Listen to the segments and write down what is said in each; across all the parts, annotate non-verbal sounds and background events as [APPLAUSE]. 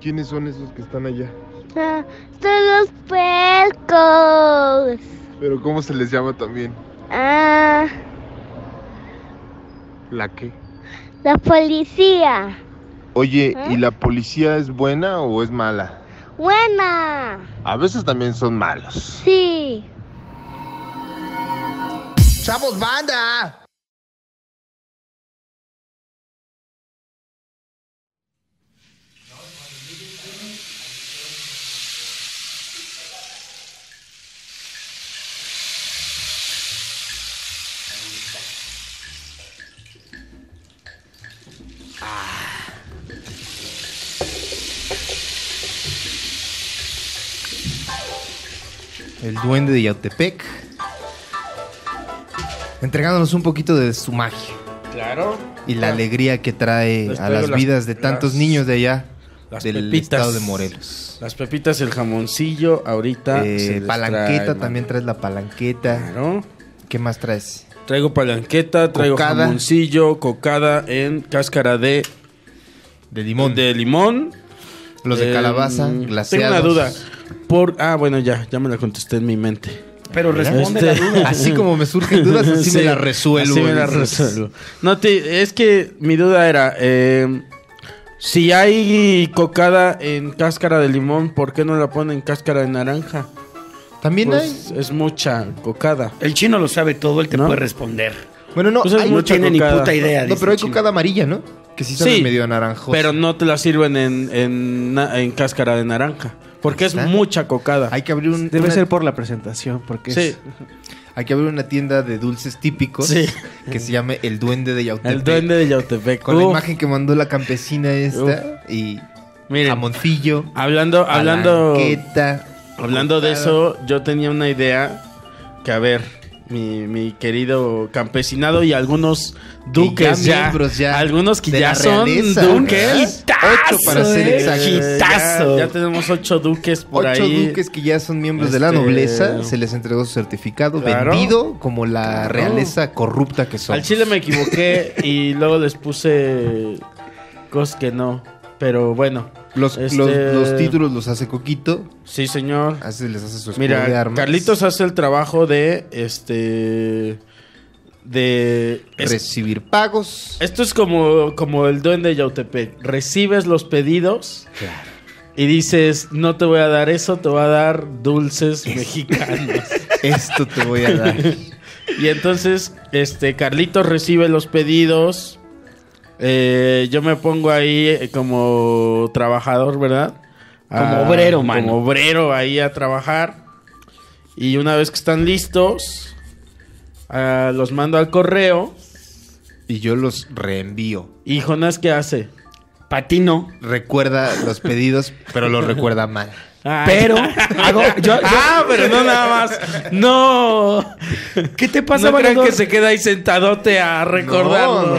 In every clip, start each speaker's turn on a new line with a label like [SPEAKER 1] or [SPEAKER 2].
[SPEAKER 1] ¿Quiénes son esos que están allá?
[SPEAKER 2] Ah, son los puercos.
[SPEAKER 1] Pero ¿cómo se les llama también?
[SPEAKER 2] Ah,
[SPEAKER 1] ¿La qué?
[SPEAKER 2] la policía.
[SPEAKER 1] Oye, ¿y
[SPEAKER 2] ¿Eh?
[SPEAKER 1] la policía es buena o es mala?
[SPEAKER 2] Buena.
[SPEAKER 1] A veces también son malos.
[SPEAKER 2] Sí.
[SPEAKER 1] ¡Chavos, banda!
[SPEAKER 3] el duende de Yautepec, entregándonos un poquito de su magia
[SPEAKER 4] Claro.
[SPEAKER 3] y la alegría que trae
[SPEAKER 4] Les
[SPEAKER 3] a
[SPEAKER 4] traigo
[SPEAKER 3] las
[SPEAKER 4] las-
[SPEAKER 3] vidas de tantos
[SPEAKER 4] las-
[SPEAKER 3] niños de allá,
[SPEAKER 4] las
[SPEAKER 3] del
[SPEAKER 4] pepitas.
[SPEAKER 3] estado de Morelos.
[SPEAKER 4] Las pepitas, el jamoncillo, ahorita.
[SPEAKER 3] Eh,
[SPEAKER 4] se les
[SPEAKER 3] palanqueta,
[SPEAKER 4] trae, man.
[SPEAKER 3] también traes la palanqueta.
[SPEAKER 4] Claro.
[SPEAKER 3] ¿Qué más traes?
[SPEAKER 4] Traigo palanqueta, traigo
[SPEAKER 3] Cocada.
[SPEAKER 4] jamoncillo, cocada en cáscara de,
[SPEAKER 3] De limón.
[SPEAKER 4] de limón.
[SPEAKER 3] Los de
[SPEAKER 4] Eh,
[SPEAKER 3] calabaza,
[SPEAKER 4] Tengo
[SPEAKER 3] glaseados.
[SPEAKER 4] una duda. Por, ah, bueno, ya, ya me la contesté en mi mente.
[SPEAKER 5] Pero responde la
[SPEAKER 4] Este- [LAUGHS]
[SPEAKER 3] [LAUGHS]
[SPEAKER 5] duda.
[SPEAKER 3] Así como me surgen dudas, [LAUGHS] así
[SPEAKER 4] Sí,
[SPEAKER 3] me las resuelvo.
[SPEAKER 4] así me la
[SPEAKER 3] dices.
[SPEAKER 4] resuelvo. No, te- es que mi duda era, eh, si hay cocada en cáscara de limón, ¿por qué no la ponen en cáscara de naranja?
[SPEAKER 3] También hay.
[SPEAKER 4] Pues es mucha cocada.
[SPEAKER 5] El chino lo sabe todo, él te
[SPEAKER 4] ¿No?
[SPEAKER 5] puede responder.
[SPEAKER 3] Bueno, no,
[SPEAKER 4] Pues es
[SPEAKER 3] hay-
[SPEAKER 5] No
[SPEAKER 4] Mucha
[SPEAKER 5] tiene
[SPEAKER 4] cocada.
[SPEAKER 5] ni puta idea.
[SPEAKER 3] no,
[SPEAKER 5] dice
[SPEAKER 3] pero hay
[SPEAKER 5] el chino.
[SPEAKER 3] cocada amarilla, ¿no? Que sí sabe
[SPEAKER 4] Sí,
[SPEAKER 3] medio naranjoso.
[SPEAKER 4] Pero no te la sirven en, en, na- en cáscara de naranja, porque es
[SPEAKER 3] ¿Está?
[SPEAKER 4] mucha cocada.
[SPEAKER 3] Hay que abrir un-
[SPEAKER 6] Debe
[SPEAKER 3] una-
[SPEAKER 6] ser por la presentación, porque
[SPEAKER 4] Sí,
[SPEAKER 6] es-
[SPEAKER 3] hay que abrir una tienda de dulces típicos
[SPEAKER 4] Sí.
[SPEAKER 3] que se llame El Duende de Yautepec.
[SPEAKER 4] el duende de Yautepec.
[SPEAKER 3] Con la
[SPEAKER 4] Uf,
[SPEAKER 3] imagen que mandó la campesina esta y
[SPEAKER 4] miren,
[SPEAKER 3] jamoncillo,
[SPEAKER 4] hablando, hablando...
[SPEAKER 3] palanqueta,
[SPEAKER 4] Hablando de
[SPEAKER 3] cocada.
[SPEAKER 4] eso, yo tenía una idea que, a ver, mi, mi querido campesinado y algunos duques
[SPEAKER 3] ya
[SPEAKER 4] ya,
[SPEAKER 3] miembros ya
[SPEAKER 4] algunos que
[SPEAKER 3] de
[SPEAKER 4] ya
[SPEAKER 3] la
[SPEAKER 4] son
[SPEAKER 3] realeza,
[SPEAKER 4] duques.
[SPEAKER 3] Ocho para ser exactos.
[SPEAKER 4] Eh, ya, ya tenemos ocho duques por
[SPEAKER 3] Ocho
[SPEAKER 4] ahí.
[SPEAKER 3] duques que ya son miembros de la
[SPEAKER 4] Este-
[SPEAKER 3] nobleza, se les entregó su certificado
[SPEAKER 4] Claro.
[SPEAKER 3] vendido como la
[SPEAKER 4] Claro.
[SPEAKER 3] realeza corrupta que son.
[SPEAKER 4] Al chile me equivoqué y luego les puse cosas que no. Pero bueno,
[SPEAKER 3] Los,
[SPEAKER 4] Este-
[SPEAKER 3] los, los títulos los hace Coquito,
[SPEAKER 4] sí señor.
[SPEAKER 3] hace, les hace su escudo de
[SPEAKER 4] Mira,
[SPEAKER 3] pues, armas.
[SPEAKER 4] Carlitos hace el trabajo de este de es-
[SPEAKER 3] recibir pagos.
[SPEAKER 4] Esto es como, como el duende de Yautepec. Recibes los pedidos y dices, no te voy a dar eso, te voy a dar dulces
[SPEAKER 5] Este.
[SPEAKER 4] mexicanos. [LAUGHS]
[SPEAKER 3] Esto te voy a dar.
[SPEAKER 4] y entonces, este, Carlitos recibe los pedidos. Eh, yo me pongo ahí eh, como trabajador, ¿verdad? Ah,
[SPEAKER 5] Como obrero, mano.
[SPEAKER 4] Como obrero ahí a trabajar. Y una vez que están listos, ah, los mando al correo.
[SPEAKER 3] Y yo los reenvío.
[SPEAKER 4] ¿Y Jonás qué hace?
[SPEAKER 5] Patino.
[SPEAKER 3] Recuerda los pedidos, pero los recuerda
[SPEAKER 5] [LAUGHS]
[SPEAKER 3] mal.
[SPEAKER 4] [LAUGHS]
[SPEAKER 5] Pero hago, yo- yo-
[SPEAKER 4] Ah, pero no nada
[SPEAKER 5] [LAUGHS]
[SPEAKER 4] más. No.
[SPEAKER 5] ¿Qué te pasa,
[SPEAKER 4] No crean
[SPEAKER 5] valedor?
[SPEAKER 4] que se queda ahí sentadote a recordarlo.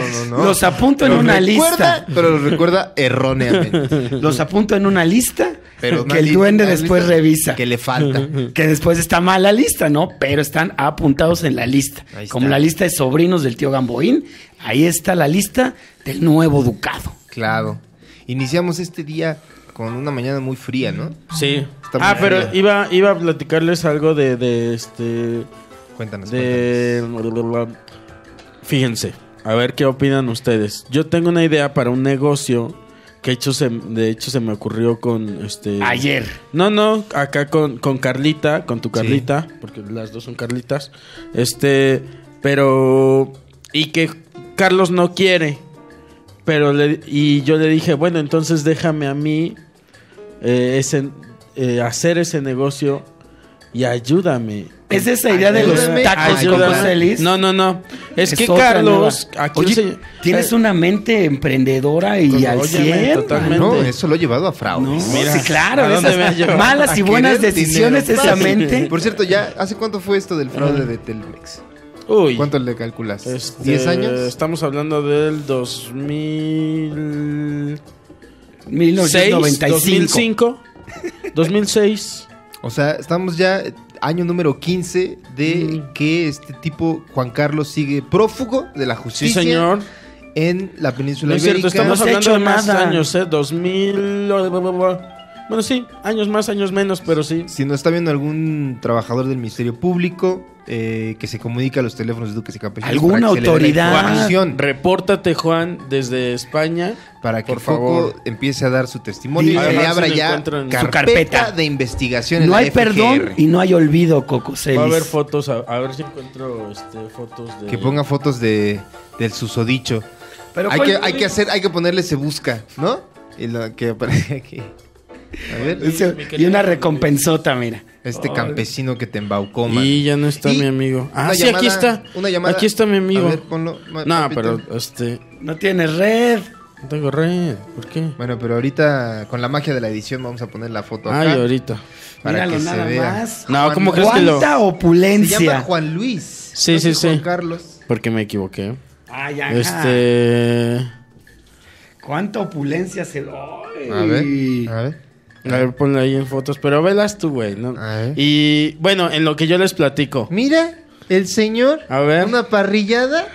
[SPEAKER 3] No, no, no, no.
[SPEAKER 5] Los apunto en
[SPEAKER 3] Los
[SPEAKER 5] una
[SPEAKER 3] recuerda,
[SPEAKER 5] lista.
[SPEAKER 3] Pero los recuerda erróneamente.
[SPEAKER 5] Los apunto en una lista
[SPEAKER 3] Pero una
[SPEAKER 5] que el
[SPEAKER 3] lista-
[SPEAKER 5] duende
[SPEAKER 3] una
[SPEAKER 5] después
[SPEAKER 3] lista
[SPEAKER 5] revisa.
[SPEAKER 3] Que
[SPEAKER 5] Que,
[SPEAKER 3] le falta.
[SPEAKER 5] [LAUGHS] después está mal la lista, ¿no? Pero están apuntados en la lista.
[SPEAKER 3] Ahí está.
[SPEAKER 5] Como la lista de sobrinos del tío Gamboín, ahí está la lista del nuevo ducado.
[SPEAKER 3] Claro. Iniciamos este día con una mañana muy fría, ¿no?
[SPEAKER 4] Sí.
[SPEAKER 3] Está
[SPEAKER 4] ah,
[SPEAKER 3] muy
[SPEAKER 4] pero
[SPEAKER 3] feo.
[SPEAKER 4] iba, iba a platicarles algo de, de este.
[SPEAKER 3] Cuéntanos.
[SPEAKER 4] De. Fíjense. A ver qué opinan ustedes. Yo tengo una idea para un negocio que hecho se- de hecho se me ocurrió con este.
[SPEAKER 5] Ayer.
[SPEAKER 4] No, no, acá con, con Carlita, con tu Carlita, porque las dos son Carlitas. Este, pero. Y que Carlos no quiere. Pero le, y yo le dije, bueno, entonces déjame a mí eh, ese, eh, hacer ese negocio y ayúdame.
[SPEAKER 5] Es esa idea de los
[SPEAKER 3] Ayúdame,
[SPEAKER 5] tacos con
[SPEAKER 4] Ayúdame.
[SPEAKER 5] José Liz.
[SPEAKER 4] No, no, no. Es,
[SPEAKER 5] Es
[SPEAKER 4] que
[SPEAKER 5] otra
[SPEAKER 4] Carlos.
[SPEAKER 5] nueva.
[SPEAKER 4] aquí
[SPEAKER 5] Oye,
[SPEAKER 4] se-
[SPEAKER 5] tienes
[SPEAKER 4] eh, una
[SPEAKER 5] una mente emprendedora y
[SPEAKER 4] Con-
[SPEAKER 5] al
[SPEAKER 4] óyeme,
[SPEAKER 5] 100.
[SPEAKER 4] totalmente.
[SPEAKER 3] No, eso lo ha llevado a fraudes.
[SPEAKER 5] No,
[SPEAKER 4] Mira,
[SPEAKER 5] sí, claro,
[SPEAKER 4] ¿a dónde
[SPEAKER 5] esas
[SPEAKER 4] me ha llevado?
[SPEAKER 5] malas y
[SPEAKER 3] A
[SPEAKER 5] buenas
[SPEAKER 3] querer
[SPEAKER 5] decisiones,
[SPEAKER 3] dinero
[SPEAKER 5] esa
[SPEAKER 3] fácil.
[SPEAKER 5] mente.
[SPEAKER 3] Por cierto, ya, ¿hace cuánto fue esto del fraude de Telmex?
[SPEAKER 4] Uy.
[SPEAKER 3] ¿Cuánto le calculas?
[SPEAKER 4] Este,
[SPEAKER 3] ¿Diez años?
[SPEAKER 4] Estamos hablando del 2000...
[SPEAKER 5] 1995.
[SPEAKER 4] 2005, 2006.
[SPEAKER 3] O sea, estamos ya eh, año número 15
[SPEAKER 4] Mm.
[SPEAKER 3] de que este tipo Juan Carlos sigue prófugo de la
[SPEAKER 4] [LAUGHS] Sí,
[SPEAKER 3] justicia.
[SPEAKER 4] señor.
[SPEAKER 3] en la península
[SPEAKER 4] No es cierto,
[SPEAKER 3] ibérica.
[SPEAKER 4] estamos
[SPEAKER 5] Pues no
[SPEAKER 4] hablando
[SPEAKER 5] se ha
[SPEAKER 4] de
[SPEAKER 5] hecho
[SPEAKER 4] más
[SPEAKER 5] nada.
[SPEAKER 4] años, ¿eh? 2000... bla, bla, bla, bla. Bueno, sí, años más, años menos, pero sí.
[SPEAKER 3] Si nos está viendo algún trabajador del Ministerio Público eh, que se comunica a los teléfonos de Duques y Campesinos.
[SPEAKER 5] Alguna
[SPEAKER 3] para que se le dé la
[SPEAKER 5] autoridad.
[SPEAKER 3] información,
[SPEAKER 4] Repórtate, Juan, desde España.
[SPEAKER 3] para que
[SPEAKER 4] Por
[SPEAKER 3] Foco
[SPEAKER 4] favor.
[SPEAKER 3] enempiece a dar su testimonio y
[SPEAKER 4] Diga.
[SPEAKER 3] se le
[SPEAKER 4] Además,
[SPEAKER 3] abra
[SPEAKER 4] si lo
[SPEAKER 3] ya
[SPEAKER 4] encuentran en su
[SPEAKER 3] carpeta,
[SPEAKER 5] carpeta.
[SPEAKER 3] de investigación en
[SPEAKER 5] No
[SPEAKER 3] la
[SPEAKER 5] hay
[SPEAKER 3] FGR.
[SPEAKER 5] perdón y no hay olvido, Coco Celis.
[SPEAKER 4] Va a haber fotos, a, a ver si encuentro este, fotos de...
[SPEAKER 3] Que ponga fotos de, del susodicho.
[SPEAKER 5] Pero
[SPEAKER 3] hay,
[SPEAKER 5] ¿cuál-
[SPEAKER 3] que, hay que hacer, hay que ponerle se busca, ¿no? Y lo que aparece aquí. A ver,
[SPEAKER 5] Ese- y una recompensota, mira.
[SPEAKER 3] este campesino que te embaucó, man.
[SPEAKER 4] Y ya no está
[SPEAKER 3] Y
[SPEAKER 4] mi amigo. Ah,
[SPEAKER 3] una
[SPEAKER 4] sí, aquí
[SPEAKER 3] llamada-
[SPEAKER 4] está.
[SPEAKER 3] una llamada-
[SPEAKER 4] Aquí está mi amigo.
[SPEAKER 3] A ver, ponlo, ma-
[SPEAKER 4] no,
[SPEAKER 3] papito.
[SPEAKER 4] pero este...
[SPEAKER 5] No tienes red.
[SPEAKER 4] No tengo red. ¿Por qué?
[SPEAKER 3] Bueno, pero ahorita con la magia de la edición vamos a poner la foto acá
[SPEAKER 4] Ay, ahorita.
[SPEAKER 3] para
[SPEAKER 5] Míralo
[SPEAKER 3] que
[SPEAKER 5] nada
[SPEAKER 3] se vea.
[SPEAKER 5] más.
[SPEAKER 4] No, ¿cómo crees que lo...?
[SPEAKER 5] ¡Cuánta
[SPEAKER 3] Se llama
[SPEAKER 5] opulencia!
[SPEAKER 3] Juan Luis.
[SPEAKER 4] Sí,
[SPEAKER 3] no
[SPEAKER 4] sí,
[SPEAKER 3] es Juan
[SPEAKER 4] sí.
[SPEAKER 3] Carlos.
[SPEAKER 4] Porque me equivoqué.
[SPEAKER 5] Ay, ajá.
[SPEAKER 4] Este...
[SPEAKER 5] ¡Cuánta opulencia se ¡Ay!
[SPEAKER 3] A ver, a ver.
[SPEAKER 4] A ver, ponle ahí en fotos. Pero velas tú, güey. ¿no?
[SPEAKER 3] A ver.
[SPEAKER 4] Y bueno, en lo que yo les platico.
[SPEAKER 3] Mira, el señor.
[SPEAKER 4] A ver.
[SPEAKER 3] Una parrillada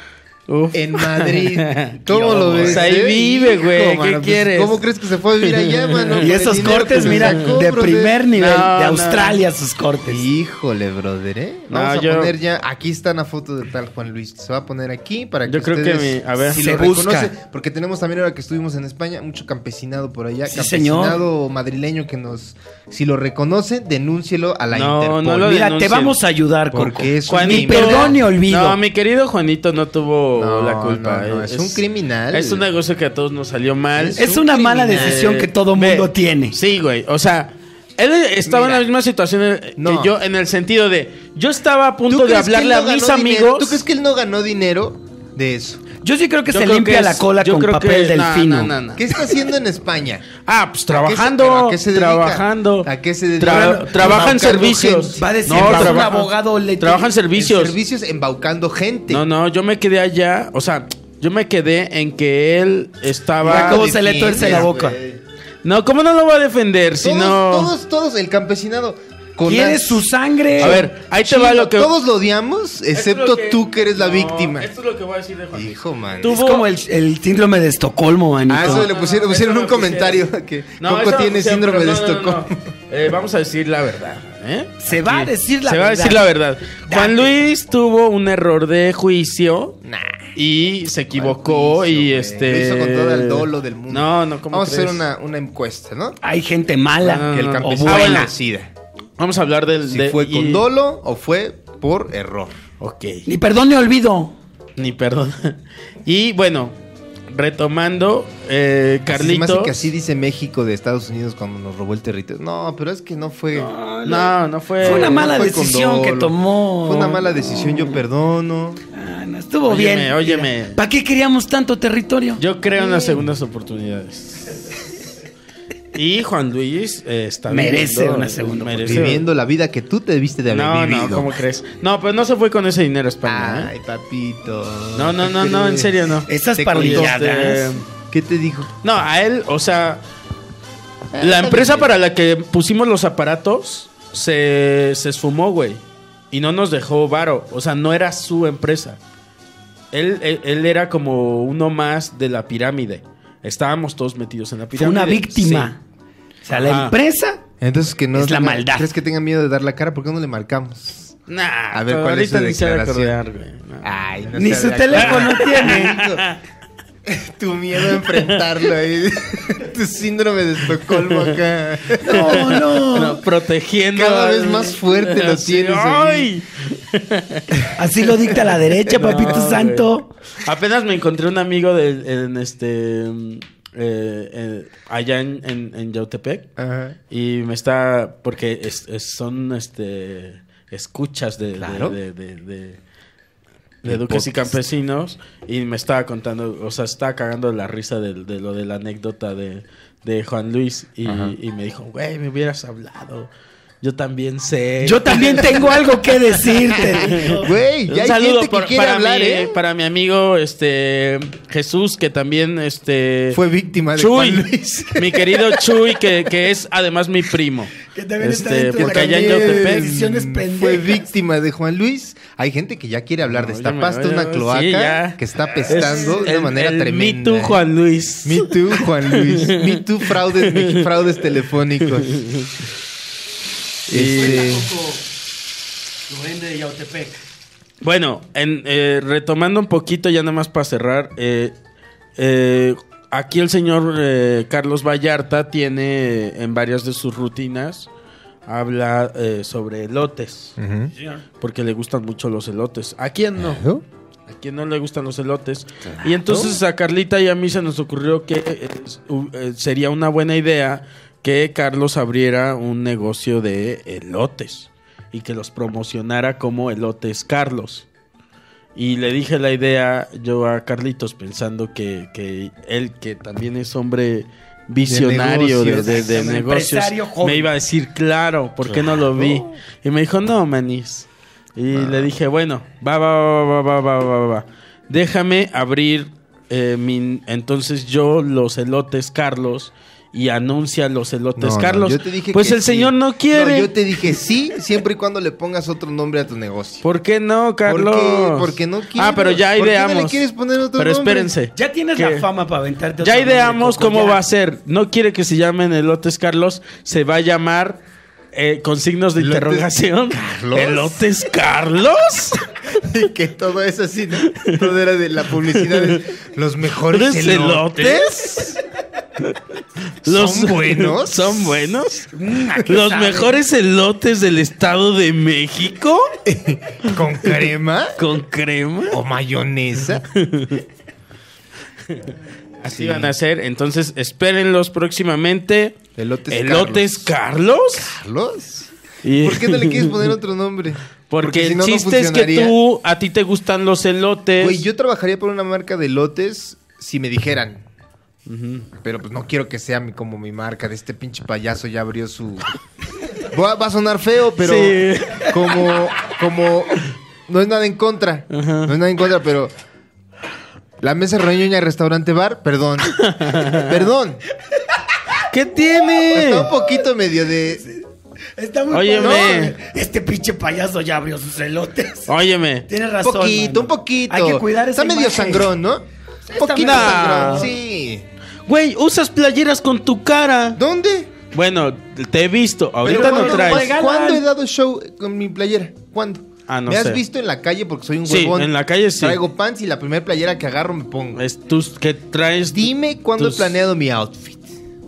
[SPEAKER 4] Uf. [LAUGHS]
[SPEAKER 3] en Madrid. ¿Cómo lo
[SPEAKER 4] Pues
[SPEAKER 3] ves?
[SPEAKER 4] ahí
[SPEAKER 3] eh?
[SPEAKER 4] vive, güey,
[SPEAKER 3] Hijo,
[SPEAKER 4] ¿qué
[SPEAKER 3] mano, pues,
[SPEAKER 4] quieres?
[SPEAKER 3] ¿Cómo crees que se fue a vivir
[SPEAKER 5] [LAUGHS]
[SPEAKER 3] allá, mano? Con
[SPEAKER 5] Y
[SPEAKER 3] el
[SPEAKER 5] esos
[SPEAKER 3] dinero
[SPEAKER 5] cortes,
[SPEAKER 3] que
[SPEAKER 5] mira,
[SPEAKER 3] sacó, brother.
[SPEAKER 5] de primer nivel,
[SPEAKER 4] No,
[SPEAKER 5] de
[SPEAKER 4] no.
[SPEAKER 5] Australia sus cortes.
[SPEAKER 3] Híjole, brother, ¿eh?
[SPEAKER 4] No,
[SPEAKER 3] Vamos a
[SPEAKER 4] yo-
[SPEAKER 3] poner ya. Aquí está una foto de tal Juan Luis. Se va a poner aquí para que.
[SPEAKER 4] Yo creo que
[SPEAKER 3] ustedes,
[SPEAKER 4] mi- a ver.
[SPEAKER 3] si
[SPEAKER 5] Se
[SPEAKER 3] lo
[SPEAKER 5] busca.
[SPEAKER 3] reconocen, porque tenemos también ahora que estuvimos en España mucho campesinado por allá.
[SPEAKER 5] Sí,
[SPEAKER 3] campesinado madrileño que nos. Si lo reconocen, denúncielo a la
[SPEAKER 4] No,
[SPEAKER 3] Interpol.
[SPEAKER 4] no lo
[SPEAKER 5] Mira,
[SPEAKER 4] denuncien.
[SPEAKER 5] te vamos a ayudar, Coco.
[SPEAKER 3] Porque es un
[SPEAKER 5] Ni
[SPEAKER 3] criminal.
[SPEAKER 5] perdón ni olvido.
[SPEAKER 4] No, mi querido Juanito no tuvo
[SPEAKER 3] No,
[SPEAKER 4] la culpa. eh.
[SPEAKER 3] no, no, es un criminal.
[SPEAKER 4] Es un negocio que a todos nos salió mal.
[SPEAKER 3] Es
[SPEAKER 5] es
[SPEAKER 3] un
[SPEAKER 5] una mala
[SPEAKER 3] criminal.
[SPEAKER 5] decisión que todo
[SPEAKER 4] Ve,
[SPEAKER 5] mundo tiene.
[SPEAKER 4] Sí, güey. O sea, él estaba en la misma situación eh,
[SPEAKER 3] No.
[SPEAKER 4] que yo en el sentido de yo estaba a
[SPEAKER 3] ¿Tú
[SPEAKER 4] punto de
[SPEAKER 3] crees que él
[SPEAKER 4] hablarle
[SPEAKER 3] no
[SPEAKER 4] a
[SPEAKER 3] ganó
[SPEAKER 4] mis
[SPEAKER 3] dinero?
[SPEAKER 4] amigos.
[SPEAKER 3] ¿Tú crees que él no ganó dinero de eso?
[SPEAKER 5] Yo sí creo que
[SPEAKER 4] Yo
[SPEAKER 5] se
[SPEAKER 4] creo
[SPEAKER 5] limpia
[SPEAKER 4] que
[SPEAKER 5] la
[SPEAKER 4] es-
[SPEAKER 5] cola
[SPEAKER 4] yo
[SPEAKER 5] con
[SPEAKER 4] creo que-
[SPEAKER 5] papel
[SPEAKER 4] no, no,
[SPEAKER 5] delfino.
[SPEAKER 4] no, no.
[SPEAKER 3] ¿Qué está haciendo en España?
[SPEAKER 4] Ah, pues
[SPEAKER 3] ¿A qué se-
[SPEAKER 4] trabajando,
[SPEAKER 3] pero a qué se dedica?
[SPEAKER 4] trabajando.
[SPEAKER 3] ¿A qué se dedica?
[SPEAKER 4] Tra- trabaja en
[SPEAKER 3] Embaucando
[SPEAKER 4] servicios.
[SPEAKER 3] gente.
[SPEAKER 5] Va a decir, "Vas a un abogado, le-
[SPEAKER 4] Trabaja en servicios.
[SPEAKER 3] En servicios embaucando gente.
[SPEAKER 4] No, no, yo me quedé allá, o sea, yo me quedé en que él
[SPEAKER 5] Mira
[SPEAKER 4] estaba
[SPEAKER 5] cómo se le tuerce la
[SPEAKER 3] Defiendes,
[SPEAKER 5] boca.
[SPEAKER 3] güey.
[SPEAKER 4] No, ¿cómo no lo va a defender si
[SPEAKER 3] Todos,
[SPEAKER 4] no
[SPEAKER 3] todos, todos, el campesinado. con
[SPEAKER 5] ¿Quiere
[SPEAKER 3] as-
[SPEAKER 5] su sangre?
[SPEAKER 4] A ver, ahí te va
[SPEAKER 3] chino,
[SPEAKER 4] lo que
[SPEAKER 3] Todos lo odiamos,
[SPEAKER 4] Esto es lo
[SPEAKER 3] excepto tú que eres la
[SPEAKER 4] No,
[SPEAKER 3] víctima.
[SPEAKER 4] Esto es lo que voy a decir de Juanito.
[SPEAKER 3] Hijo, man.
[SPEAKER 4] Tú-
[SPEAKER 5] es como el, el síndrome de Estocolmo, manito.
[SPEAKER 3] Ah, eso le
[SPEAKER 4] No,
[SPEAKER 3] pusieron,
[SPEAKER 4] no,
[SPEAKER 3] pusieron
[SPEAKER 4] eso
[SPEAKER 3] un
[SPEAKER 4] no pusieron.
[SPEAKER 3] comentario que Coco
[SPEAKER 4] eso no
[SPEAKER 3] tiene
[SPEAKER 4] pusieron,
[SPEAKER 3] síndrome
[SPEAKER 4] pero
[SPEAKER 3] de
[SPEAKER 4] no, no,
[SPEAKER 3] Estocolmo.
[SPEAKER 4] no. Eh, vamos a decir la verdad, ¿eh?
[SPEAKER 5] Se va a decir la
[SPEAKER 4] Se va a
[SPEAKER 5] verdad.
[SPEAKER 4] decir la verdad. Juan
[SPEAKER 5] Date.
[SPEAKER 4] Luis tuvo un error de juicio
[SPEAKER 3] Nah.
[SPEAKER 4] y se equivocó
[SPEAKER 3] Mal juicio,
[SPEAKER 4] y
[SPEAKER 3] güey.
[SPEAKER 4] este
[SPEAKER 3] Lo hizo con todo el dolo del mundo.
[SPEAKER 4] No, no, ¿cómo
[SPEAKER 3] Vamos a
[SPEAKER 4] crees?
[SPEAKER 3] hacer una, una encuesta, ¿no?
[SPEAKER 5] Hay gente mala
[SPEAKER 4] No, no,
[SPEAKER 3] Que el
[SPEAKER 4] no.
[SPEAKER 5] o
[SPEAKER 3] campesino
[SPEAKER 4] Ah, bueno.
[SPEAKER 5] buena.
[SPEAKER 3] decida
[SPEAKER 4] Vamos a hablar del
[SPEAKER 3] si
[SPEAKER 4] de-
[SPEAKER 3] fue
[SPEAKER 4] y-
[SPEAKER 3] con dolo o fue por error.
[SPEAKER 4] Ok.
[SPEAKER 5] Ni perdón ni olvido.
[SPEAKER 4] Ni perdón. Y bueno, retomando, eh,
[SPEAKER 3] Se me hace
[SPEAKER 4] Carlito.
[SPEAKER 3] que así dice México de Estados Unidos cuando nos robó el territorio. No, pero es que no fue.
[SPEAKER 4] No, no fue.
[SPEAKER 5] Fue una
[SPEAKER 3] no
[SPEAKER 5] mala
[SPEAKER 3] fue con
[SPEAKER 5] decisión
[SPEAKER 3] dolo.
[SPEAKER 5] que tomó.
[SPEAKER 3] Fue una mala decisión, yo perdono.
[SPEAKER 5] Ah, no estuvo
[SPEAKER 4] Óyeme,
[SPEAKER 5] bien.
[SPEAKER 4] óyeme.
[SPEAKER 5] ¿Para qué queríamos tanto territorio?
[SPEAKER 4] Yo creo en las segundas oportunidades. Y Juan Luis eh, está
[SPEAKER 5] Merece
[SPEAKER 4] viviendo-
[SPEAKER 5] una segunda
[SPEAKER 4] merece-
[SPEAKER 3] Viviendo la vida que tú te viste de haber
[SPEAKER 4] No,
[SPEAKER 3] vivido.
[SPEAKER 4] no, ¿cómo crees? No, pero no se fue con ese dinero a España.
[SPEAKER 3] Ay,
[SPEAKER 4] ¿eh?
[SPEAKER 3] papito.
[SPEAKER 4] No, no, no, no, en serio no.
[SPEAKER 5] Esas
[SPEAKER 3] Te
[SPEAKER 5] parrilladas.
[SPEAKER 4] Este,
[SPEAKER 3] ¿Qué te dijo?
[SPEAKER 4] No, a él, o sea, la empresa para la que pusimos los aparatos se, se esfumó, güey. Y no nos dejó varo. O sea, no era su empresa. Él, él, él era como uno más de la pirámide. Estábamos todos metidos en la
[SPEAKER 5] Fue
[SPEAKER 4] pirámide.
[SPEAKER 5] una víctima. O sea, la
[SPEAKER 4] Ajá.
[SPEAKER 5] empresa.
[SPEAKER 3] Entonces que no.
[SPEAKER 5] Es la
[SPEAKER 3] tenga-
[SPEAKER 5] maldad.
[SPEAKER 3] ¿Crees que tenga miedo de dar la cara? ¿Por qué no le marcamos?
[SPEAKER 4] Sí. Nah,
[SPEAKER 3] A ver, ¿cuál es
[SPEAKER 4] ahorita
[SPEAKER 3] su
[SPEAKER 4] ni se va a
[SPEAKER 3] declaración?
[SPEAKER 4] acordar, güey. No.
[SPEAKER 3] Ay, no
[SPEAKER 5] Ni
[SPEAKER 3] se
[SPEAKER 5] su
[SPEAKER 3] había-
[SPEAKER 5] teléfono tiene.
[SPEAKER 3] [LAUGHS] Tu miedo a enfrentarlo ahí. [LAUGHS] tu síndrome de Estocolmo acá.
[SPEAKER 5] No, no.
[SPEAKER 4] No, protegiendo.
[SPEAKER 3] Cada
[SPEAKER 4] al-
[SPEAKER 3] vez más fuerte lo
[SPEAKER 4] [LAUGHS] Sí,
[SPEAKER 3] tienes ahí.
[SPEAKER 5] Así lo dicta la derecha,
[SPEAKER 4] [LAUGHS]
[SPEAKER 5] papito
[SPEAKER 4] No, güey.
[SPEAKER 5] santo.
[SPEAKER 4] Apenas me encontré un amigo del- en este. mm, eh, eh, allá en, en, en Yautepec.
[SPEAKER 3] Ajá.
[SPEAKER 4] Y me está. Porque es- es- son este escuchas de. de-
[SPEAKER 3] Claro.
[SPEAKER 4] De, de- de- de
[SPEAKER 3] Del
[SPEAKER 4] Duques y
[SPEAKER 3] podcast.
[SPEAKER 4] Campesinos. Y me estaba contando. O sea, estaba cagando la risa de, de lo de la anécdota de, de Juan Luis. Y, y me dijo, güey, me hubieras hablado. Yo también sé.
[SPEAKER 5] Yo también tengo algo que decirte.
[SPEAKER 3] Güey, ya
[SPEAKER 4] Un
[SPEAKER 3] hay
[SPEAKER 4] saludo
[SPEAKER 3] gente que
[SPEAKER 4] por-
[SPEAKER 3] quiere
[SPEAKER 4] para
[SPEAKER 3] hablar,
[SPEAKER 4] mi,
[SPEAKER 3] ¿eh?
[SPEAKER 4] para mi amigo este Jesús, que también este
[SPEAKER 3] Fue víctima de
[SPEAKER 4] Chuy,
[SPEAKER 3] Juan [LAUGHS] Luis.
[SPEAKER 4] [LAUGHS] mi querido Chuy, que, que es además mi primo.
[SPEAKER 5] Que también está
[SPEAKER 4] Este,
[SPEAKER 5] dentro de
[SPEAKER 4] porque
[SPEAKER 5] la
[SPEAKER 4] allá en
[SPEAKER 5] ley de
[SPEAKER 4] Yautepec
[SPEAKER 5] decisiones
[SPEAKER 3] Mm,
[SPEAKER 5] pendejas.
[SPEAKER 3] Fue víctima de Juan Luis. Hay gente que ya quiere hablar de
[SPEAKER 4] No,
[SPEAKER 3] esta
[SPEAKER 4] ya me-
[SPEAKER 3] pasta,
[SPEAKER 4] ya me-
[SPEAKER 3] una
[SPEAKER 4] sí,
[SPEAKER 3] cloaca
[SPEAKER 4] ya.
[SPEAKER 3] que está apestando de
[SPEAKER 4] el-
[SPEAKER 3] una manera
[SPEAKER 4] el
[SPEAKER 3] tremenda.
[SPEAKER 4] Me Too, Juan Luis.
[SPEAKER 3] Me too, Juan Luis. Me too, fraudes, me- fraudes telefónicos. Este,
[SPEAKER 5] Rubén de Yautepec.
[SPEAKER 4] Bueno, en, eh, retomando un poquito, ya nada más para cerrar. eh, eh, aquí el señor eh, Carlos Vallarta tiene eh, en varias de sus rutinas. Habla eh, sobre elotes. Porque le gustan mucho los elotes. ¿A quién no? ¿A quién no le gustan los elotes? Y entonces a Carlita y a mí se nos ocurrió que eh, es- u- eh, sería una buena idea que Carlos abriera un negocio de elotes y que los promocionara como Elotes Carlos. Y le dije la idea yo a Carlitos pensando que, que él, que también es hombre visionario de,
[SPEAKER 3] negocios.
[SPEAKER 4] de- de
[SPEAKER 5] Un
[SPEAKER 4] negocios,
[SPEAKER 5] empresario joven.
[SPEAKER 4] me iba a decir, claro, ¿por qué no lo vi? Y me dijo, no, manis. Y
[SPEAKER 3] Ah.
[SPEAKER 4] le dije, bueno, va, va, va, va, va, va, va, va, va. Déjame abrir eh, mi... Entonces yo los elotes Carlos y anuncia los
[SPEAKER 3] no,
[SPEAKER 4] elotes
[SPEAKER 3] no,
[SPEAKER 4] Carlos.
[SPEAKER 3] yo te dije
[SPEAKER 4] pues
[SPEAKER 3] que
[SPEAKER 4] el
[SPEAKER 3] sí.
[SPEAKER 4] señor no quiere.
[SPEAKER 3] yo te dije sí, siempre y cuando le pongas otro nombre a tu negocio.
[SPEAKER 4] ¿Por qué no,
[SPEAKER 3] ¿Por
[SPEAKER 4] Carlos?
[SPEAKER 3] qué? Porque no quiero.
[SPEAKER 4] Ah, pero ya
[SPEAKER 3] ¿Por qué no
[SPEAKER 4] ideamos.
[SPEAKER 3] le quieres poner otro
[SPEAKER 4] pero
[SPEAKER 3] nombre?
[SPEAKER 4] espérense.
[SPEAKER 5] Ya tienes
[SPEAKER 4] ¿Qué?
[SPEAKER 5] la fama para aventarte.
[SPEAKER 4] Ya
[SPEAKER 5] otro
[SPEAKER 4] ideamos
[SPEAKER 5] nombre, Coco,
[SPEAKER 4] cómo
[SPEAKER 5] ya.
[SPEAKER 4] va a ser. No quiere que se llamen elotes Carlos. Se va a llamar eh, con signos de
[SPEAKER 3] ¿Elotes
[SPEAKER 4] interrogación.
[SPEAKER 3] Carlos?
[SPEAKER 4] ¿Elotes
[SPEAKER 3] [LAUGHS]
[SPEAKER 4] Carlos?
[SPEAKER 3] Y que todo eso así, ¿no? todo era de la publicidad. de los mejores
[SPEAKER 4] ¿Eres [LAUGHS] elotes?
[SPEAKER 3] ¿Son buenos?
[SPEAKER 4] ¿Son buenos?
[SPEAKER 5] Mm, ¿a qué
[SPEAKER 4] ¿Los
[SPEAKER 5] sabe?
[SPEAKER 4] mejores elotes del Estado de México?
[SPEAKER 3] con crema
[SPEAKER 4] ¿Con crema?
[SPEAKER 3] o mayonesa.
[SPEAKER 4] Así van a ser. Entonces, espérenlos próximamente.
[SPEAKER 3] Elotes
[SPEAKER 4] ¿Elotes Carlos?
[SPEAKER 3] Carlos.
[SPEAKER 4] Y-
[SPEAKER 3] ¿Por qué no le quieres poner otro nombre?
[SPEAKER 4] Porque,
[SPEAKER 3] si
[SPEAKER 4] el
[SPEAKER 3] no, no
[SPEAKER 4] chiste es que
[SPEAKER 3] funcionaría.
[SPEAKER 4] tú, a ti te gustan los elotes.
[SPEAKER 3] Güey, yo trabajaría por una marca de elotes si me dijeran. Pero pues no quiero que sea mi- como mi marca. De este pinche payaso ya abrió su. Va, va a sonar feo, pero
[SPEAKER 4] Sí.
[SPEAKER 3] como. como. No es nada en contra. No es nada en contra, pero. La mesa reñoña restaurante bar, perdón. perdón.
[SPEAKER 4] ¿Qué tiene?
[SPEAKER 3] Está un poquito medio de.
[SPEAKER 5] Está muy
[SPEAKER 4] Óyeme.
[SPEAKER 5] padre. Este pinche payaso ya abrió sus elotes.
[SPEAKER 4] Oh. Óyeme.
[SPEAKER 5] Tienes
[SPEAKER 3] Un
[SPEAKER 5] razón.
[SPEAKER 3] poquito,
[SPEAKER 5] mano.
[SPEAKER 3] un poquito.
[SPEAKER 5] Hay que cuidar esa
[SPEAKER 3] Está medio
[SPEAKER 5] imagen.
[SPEAKER 3] sangrón, ¿no? Un poquito
[SPEAKER 4] medio-
[SPEAKER 3] sangrón.
[SPEAKER 4] No.
[SPEAKER 3] Sí.
[SPEAKER 4] Güey, usas playeras con tu cara.
[SPEAKER 3] ¿Dónde?
[SPEAKER 4] Bueno, te he visto. Ahorita
[SPEAKER 5] Pero
[SPEAKER 4] no
[SPEAKER 5] cuando
[SPEAKER 4] traes.
[SPEAKER 5] juega- regalan.
[SPEAKER 3] ¿Cuándo he dado show eh, con mi playera? ¿Cuándo?
[SPEAKER 4] Ah, no
[SPEAKER 3] ¿Me
[SPEAKER 4] sé.
[SPEAKER 3] has visto en la calle porque soy un
[SPEAKER 4] Sí,
[SPEAKER 3] huevón?
[SPEAKER 4] en la calle sí.
[SPEAKER 3] Traigo pants y la primera playera que agarro me pongo.
[SPEAKER 4] Es tus, que traes.
[SPEAKER 3] Dime cuándo
[SPEAKER 4] tus-
[SPEAKER 3] he planeado mi outfit.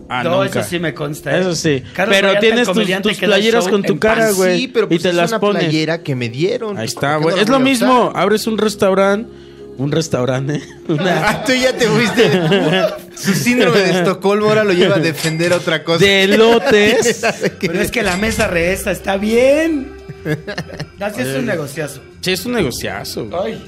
[SPEAKER 4] Ah,
[SPEAKER 5] no,
[SPEAKER 4] nunca.
[SPEAKER 5] eso sí me consta. ¿eh?
[SPEAKER 4] Eso sí.
[SPEAKER 5] Carlos
[SPEAKER 4] pero
[SPEAKER 5] Vallarta, el
[SPEAKER 4] tienes tus,
[SPEAKER 5] comediante
[SPEAKER 4] tus
[SPEAKER 5] que da
[SPEAKER 4] playeras
[SPEAKER 5] show
[SPEAKER 4] con tu
[SPEAKER 5] en
[SPEAKER 4] cara,
[SPEAKER 5] pants.
[SPEAKER 4] Ah, güey.
[SPEAKER 3] Sí, pero
[SPEAKER 4] y
[SPEAKER 3] pues
[SPEAKER 4] te
[SPEAKER 3] es
[SPEAKER 4] las
[SPEAKER 3] una
[SPEAKER 4] pones.
[SPEAKER 3] playera que me dieron.
[SPEAKER 4] Ahí
[SPEAKER 3] pues, ¿por
[SPEAKER 4] está,
[SPEAKER 3] qué
[SPEAKER 4] güey.
[SPEAKER 3] no la
[SPEAKER 4] es lo
[SPEAKER 3] voy a usar?
[SPEAKER 4] mismo. Abres un restaurante. Un restaurante. [LAUGHS] Una-
[SPEAKER 3] Ah, [LAUGHS] tú ya te
[SPEAKER 4] [LAUGHS]
[SPEAKER 3] fuiste. Su síndrome de Estocolmo ahora lo lleva a defender otra cosa.
[SPEAKER 4] de
[SPEAKER 3] [LAUGHS]
[SPEAKER 4] elotes.
[SPEAKER 5] Pero es que la mesa reesta está bien. Así es un negociazo.
[SPEAKER 4] Sí, es un negociazo. güey.
[SPEAKER 5] Ay.